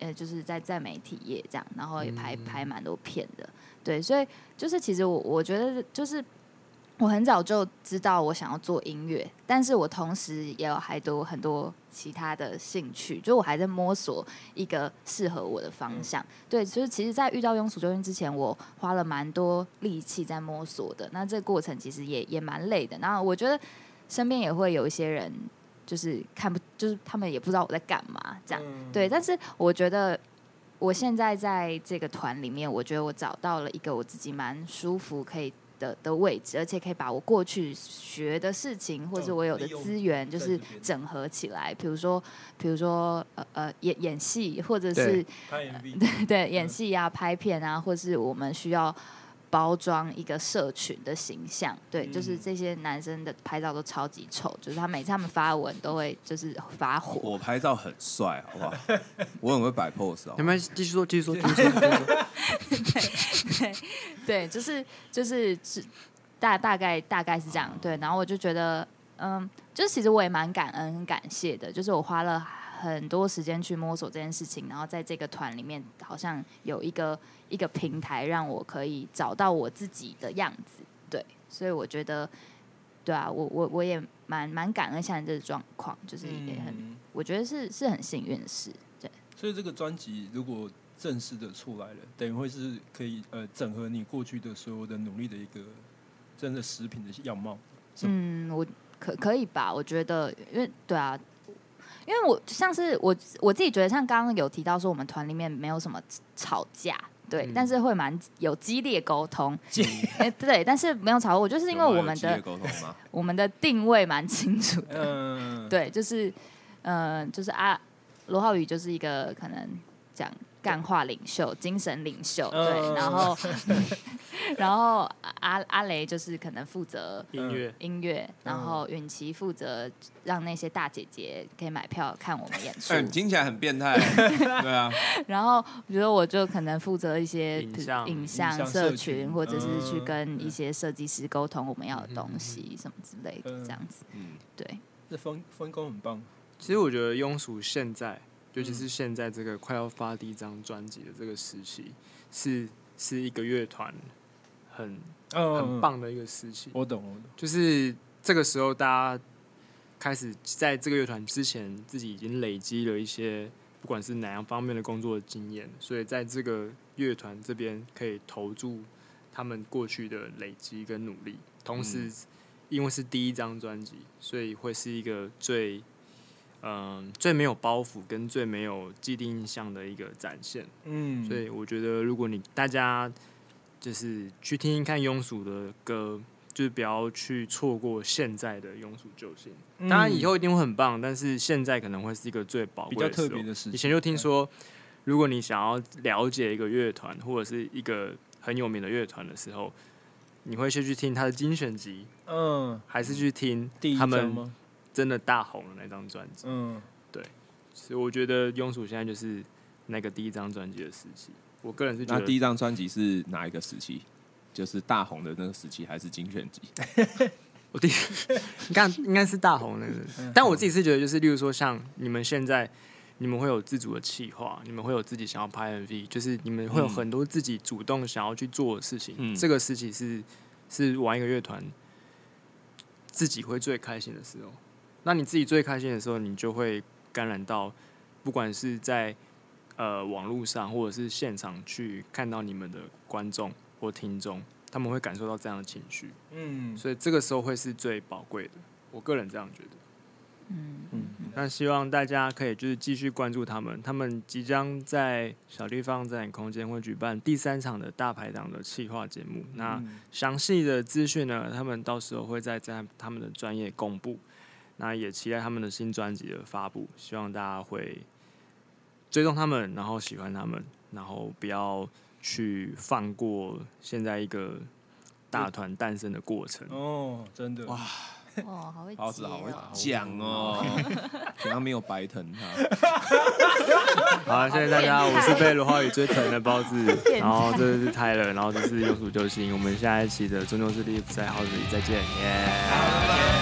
Speaker 5: 呃，就是在在媒体业这样，然后也拍
Speaker 2: 嗯
Speaker 5: 拍蛮多片的，对，所以就是其实我我觉得就是我很早就知道我想要做音乐，但是我同时也有还多很多其他的兴趣，就我还在摸索一个适合我的方向。对，就是其实，在遇到庸俗究竟之前，我花了蛮多力气在摸索的。那这个过程其实也也蛮累的。那我觉得身边也会有一些人，就是看不，就是他们也不知道我在干嘛这样。
Speaker 4: 嗯
Speaker 5: 对，但是我觉得我现在在这个团里面，我觉得我找到了一个我自己蛮舒服可以的的位置，而且可以把我过去学的事情或者我有的资源，
Speaker 4: 利
Speaker 5: 就
Speaker 4: 用
Speaker 5: 是
Speaker 4: 嗯在这边
Speaker 5: 整合起来。比如说，比如说呃呃演演戏，或者是
Speaker 2: 对
Speaker 4: 拍 MV，
Speaker 5: 对演戏啊、拍片啊，或是我们需要包装一个社群的形象。对，就是
Speaker 4: 嗯
Speaker 5: 这些男生的拍照都超级丑，就是他每次他们发文都会就是发火。
Speaker 3: 我拍照很帅，好不好？ 我很会摆 pose 哦
Speaker 2: 你。们继续说，继续说，继续说，继续说。
Speaker 5: 对，就是就是是大大概大概是这样。对，然后我就觉得，嗯，就是其实我也蛮感恩、很感谢的，就是我花了很多时间去摸索这件事情，然后在这个团里面，好像有一个一个平台，让我可以找到我自己的样子。对，所以我觉得，对啊，我我我也蛮蛮感恩现在这个状况，就是也很，
Speaker 4: 嗯
Speaker 5: 我觉得是是很幸运的事。对，
Speaker 4: 所以这个专辑如果正式的出来了，等于会是可以呃整合你过去的所有的努力的一个真的食品的样貌。是吗
Speaker 5: 嗯，我可可以吧？我觉得，因为对啊，因为我像是我我自己觉得，像刚刚有提到说，我们团里面没有什么吵架。对，
Speaker 2: 嗯
Speaker 5: 但是会蛮有激烈沟通， 哎、对，但是没有吵。我就是因为
Speaker 3: 有吗
Speaker 5: 我
Speaker 3: 有
Speaker 5: 们
Speaker 3: 激烈
Speaker 5: 的
Speaker 3: 沟通吗？
Speaker 5: 我们的定位蛮清楚的，
Speaker 4: 嗯，
Speaker 5: 对，就是，呃，就是啊，罗浩宇就是一个可能讲干话领袖、精神领袖，对，
Speaker 4: 嗯
Speaker 5: 然后， 然后阿阿雷就是可能负责
Speaker 2: 音乐，
Speaker 5: 音乐，然
Speaker 3: 嗯
Speaker 5: 后允琪负责让那些大姐姐可以买票看我们演出
Speaker 3: 哎、，你听起来很变态。对啊，
Speaker 5: 然后比如说我就可能负责一些
Speaker 2: 影
Speaker 5: 比
Speaker 2: 像
Speaker 5: 影
Speaker 4: 影像
Speaker 5: 社
Speaker 4: 社群
Speaker 5: 或者是去
Speaker 4: 嗯
Speaker 5: 跟一
Speaker 4: 嗯
Speaker 5: 些设计师沟通我们要的东西什么之类的，
Speaker 4: 嗯
Speaker 5: 这样子，
Speaker 3: 嗯，
Speaker 5: 对，
Speaker 4: 这分分工很棒。
Speaker 2: 其实我觉得庸俗现在，尤其是现在这个快要发第一张专辑的这个时期，是是一个乐团很
Speaker 4: 嗯，
Speaker 2: 很棒的一个时期。
Speaker 4: 我懂，我懂。
Speaker 2: 就是这个时候，大家开始在这个乐团之前，自己已经累积了一些不管是哪样方面的工作的经验，所以在这个乐团这边可以投注他们过去的累积跟努力。同时，因为是第一张专辑，所以会是一个最嗯、最没有包袱跟最没有既定印象的一个展现。
Speaker 4: 嗯，
Speaker 2: 所以我觉得，如果你大家就是去听一看庸俗的歌，就是不要去错过现在的庸俗救星。
Speaker 4: 嗯
Speaker 2: 当然以后一定会很棒，但是现在可能会是一个最宝
Speaker 4: 比
Speaker 2: 贵
Speaker 4: 较
Speaker 2: 的时候
Speaker 4: 特别的事
Speaker 2: 以
Speaker 4: 情，
Speaker 2: 前就听说，如果你想要了解一个乐团或者是一个很有名的乐团的时候，你会先去听他的精选集，
Speaker 4: 嗯，
Speaker 2: 还是去听
Speaker 4: 第一
Speaker 2: 他
Speaker 4: 张
Speaker 2: 们
Speaker 4: 吗？
Speaker 2: 真的大红的那张专辑？
Speaker 4: 嗯，
Speaker 2: 所以我觉得庸俗现在就是那个第一张专辑的时期。我个人是觉
Speaker 4: 啊
Speaker 3: 那
Speaker 2: 得
Speaker 3: 第一张专辑是哪一个时期？就是大红的那个时期，还是精选集？
Speaker 2: 我第一，你看应该是大红那个，但我自己是觉得就是，例如说像你们现在，你们会有自主的企划，你们会有自己想要拍 MV，就是你们会有很多自己主动想要去做的事情。
Speaker 3: 嗯
Speaker 2: 这个时期是是玩一个乐团自己会最开心的时候。那你自己最开心的时候，你就会感染到，不管是在呃网络上或者是现场去看到你们的观众或听众，他们会感受到这样的情绪。
Speaker 4: 嗯，
Speaker 2: 所以这个时候会是最宝贵的，我个人这样觉得。
Speaker 5: 嗯，
Speaker 2: 那希望大家可以就是继续关注他们，他们即将在小地方展演空间会举办第三场的大排档的企划节目。
Speaker 4: 嗯
Speaker 2: 那详细的资讯呢，他们到时候会再在他们的专业公布。那也期待他们的新专辑的发布，希望大家会追踪他们，然后喜欢他们，然后不要去放过现在一个大团诞生的过程。
Speaker 4: 哦，真的哇，
Speaker 5: 哦，好会
Speaker 3: 嗯好
Speaker 5: 接
Speaker 3: 子好会
Speaker 5: 哦
Speaker 3: 讲哦，平常没有白疼他。
Speaker 2: 好，谢谢大家，我是被罗浩宇追疼的包子，然后这是泰勒，然后这是有属救星，我们下一期的终究是 Live 在 House 里再见，耶、
Speaker 3: 拜拜。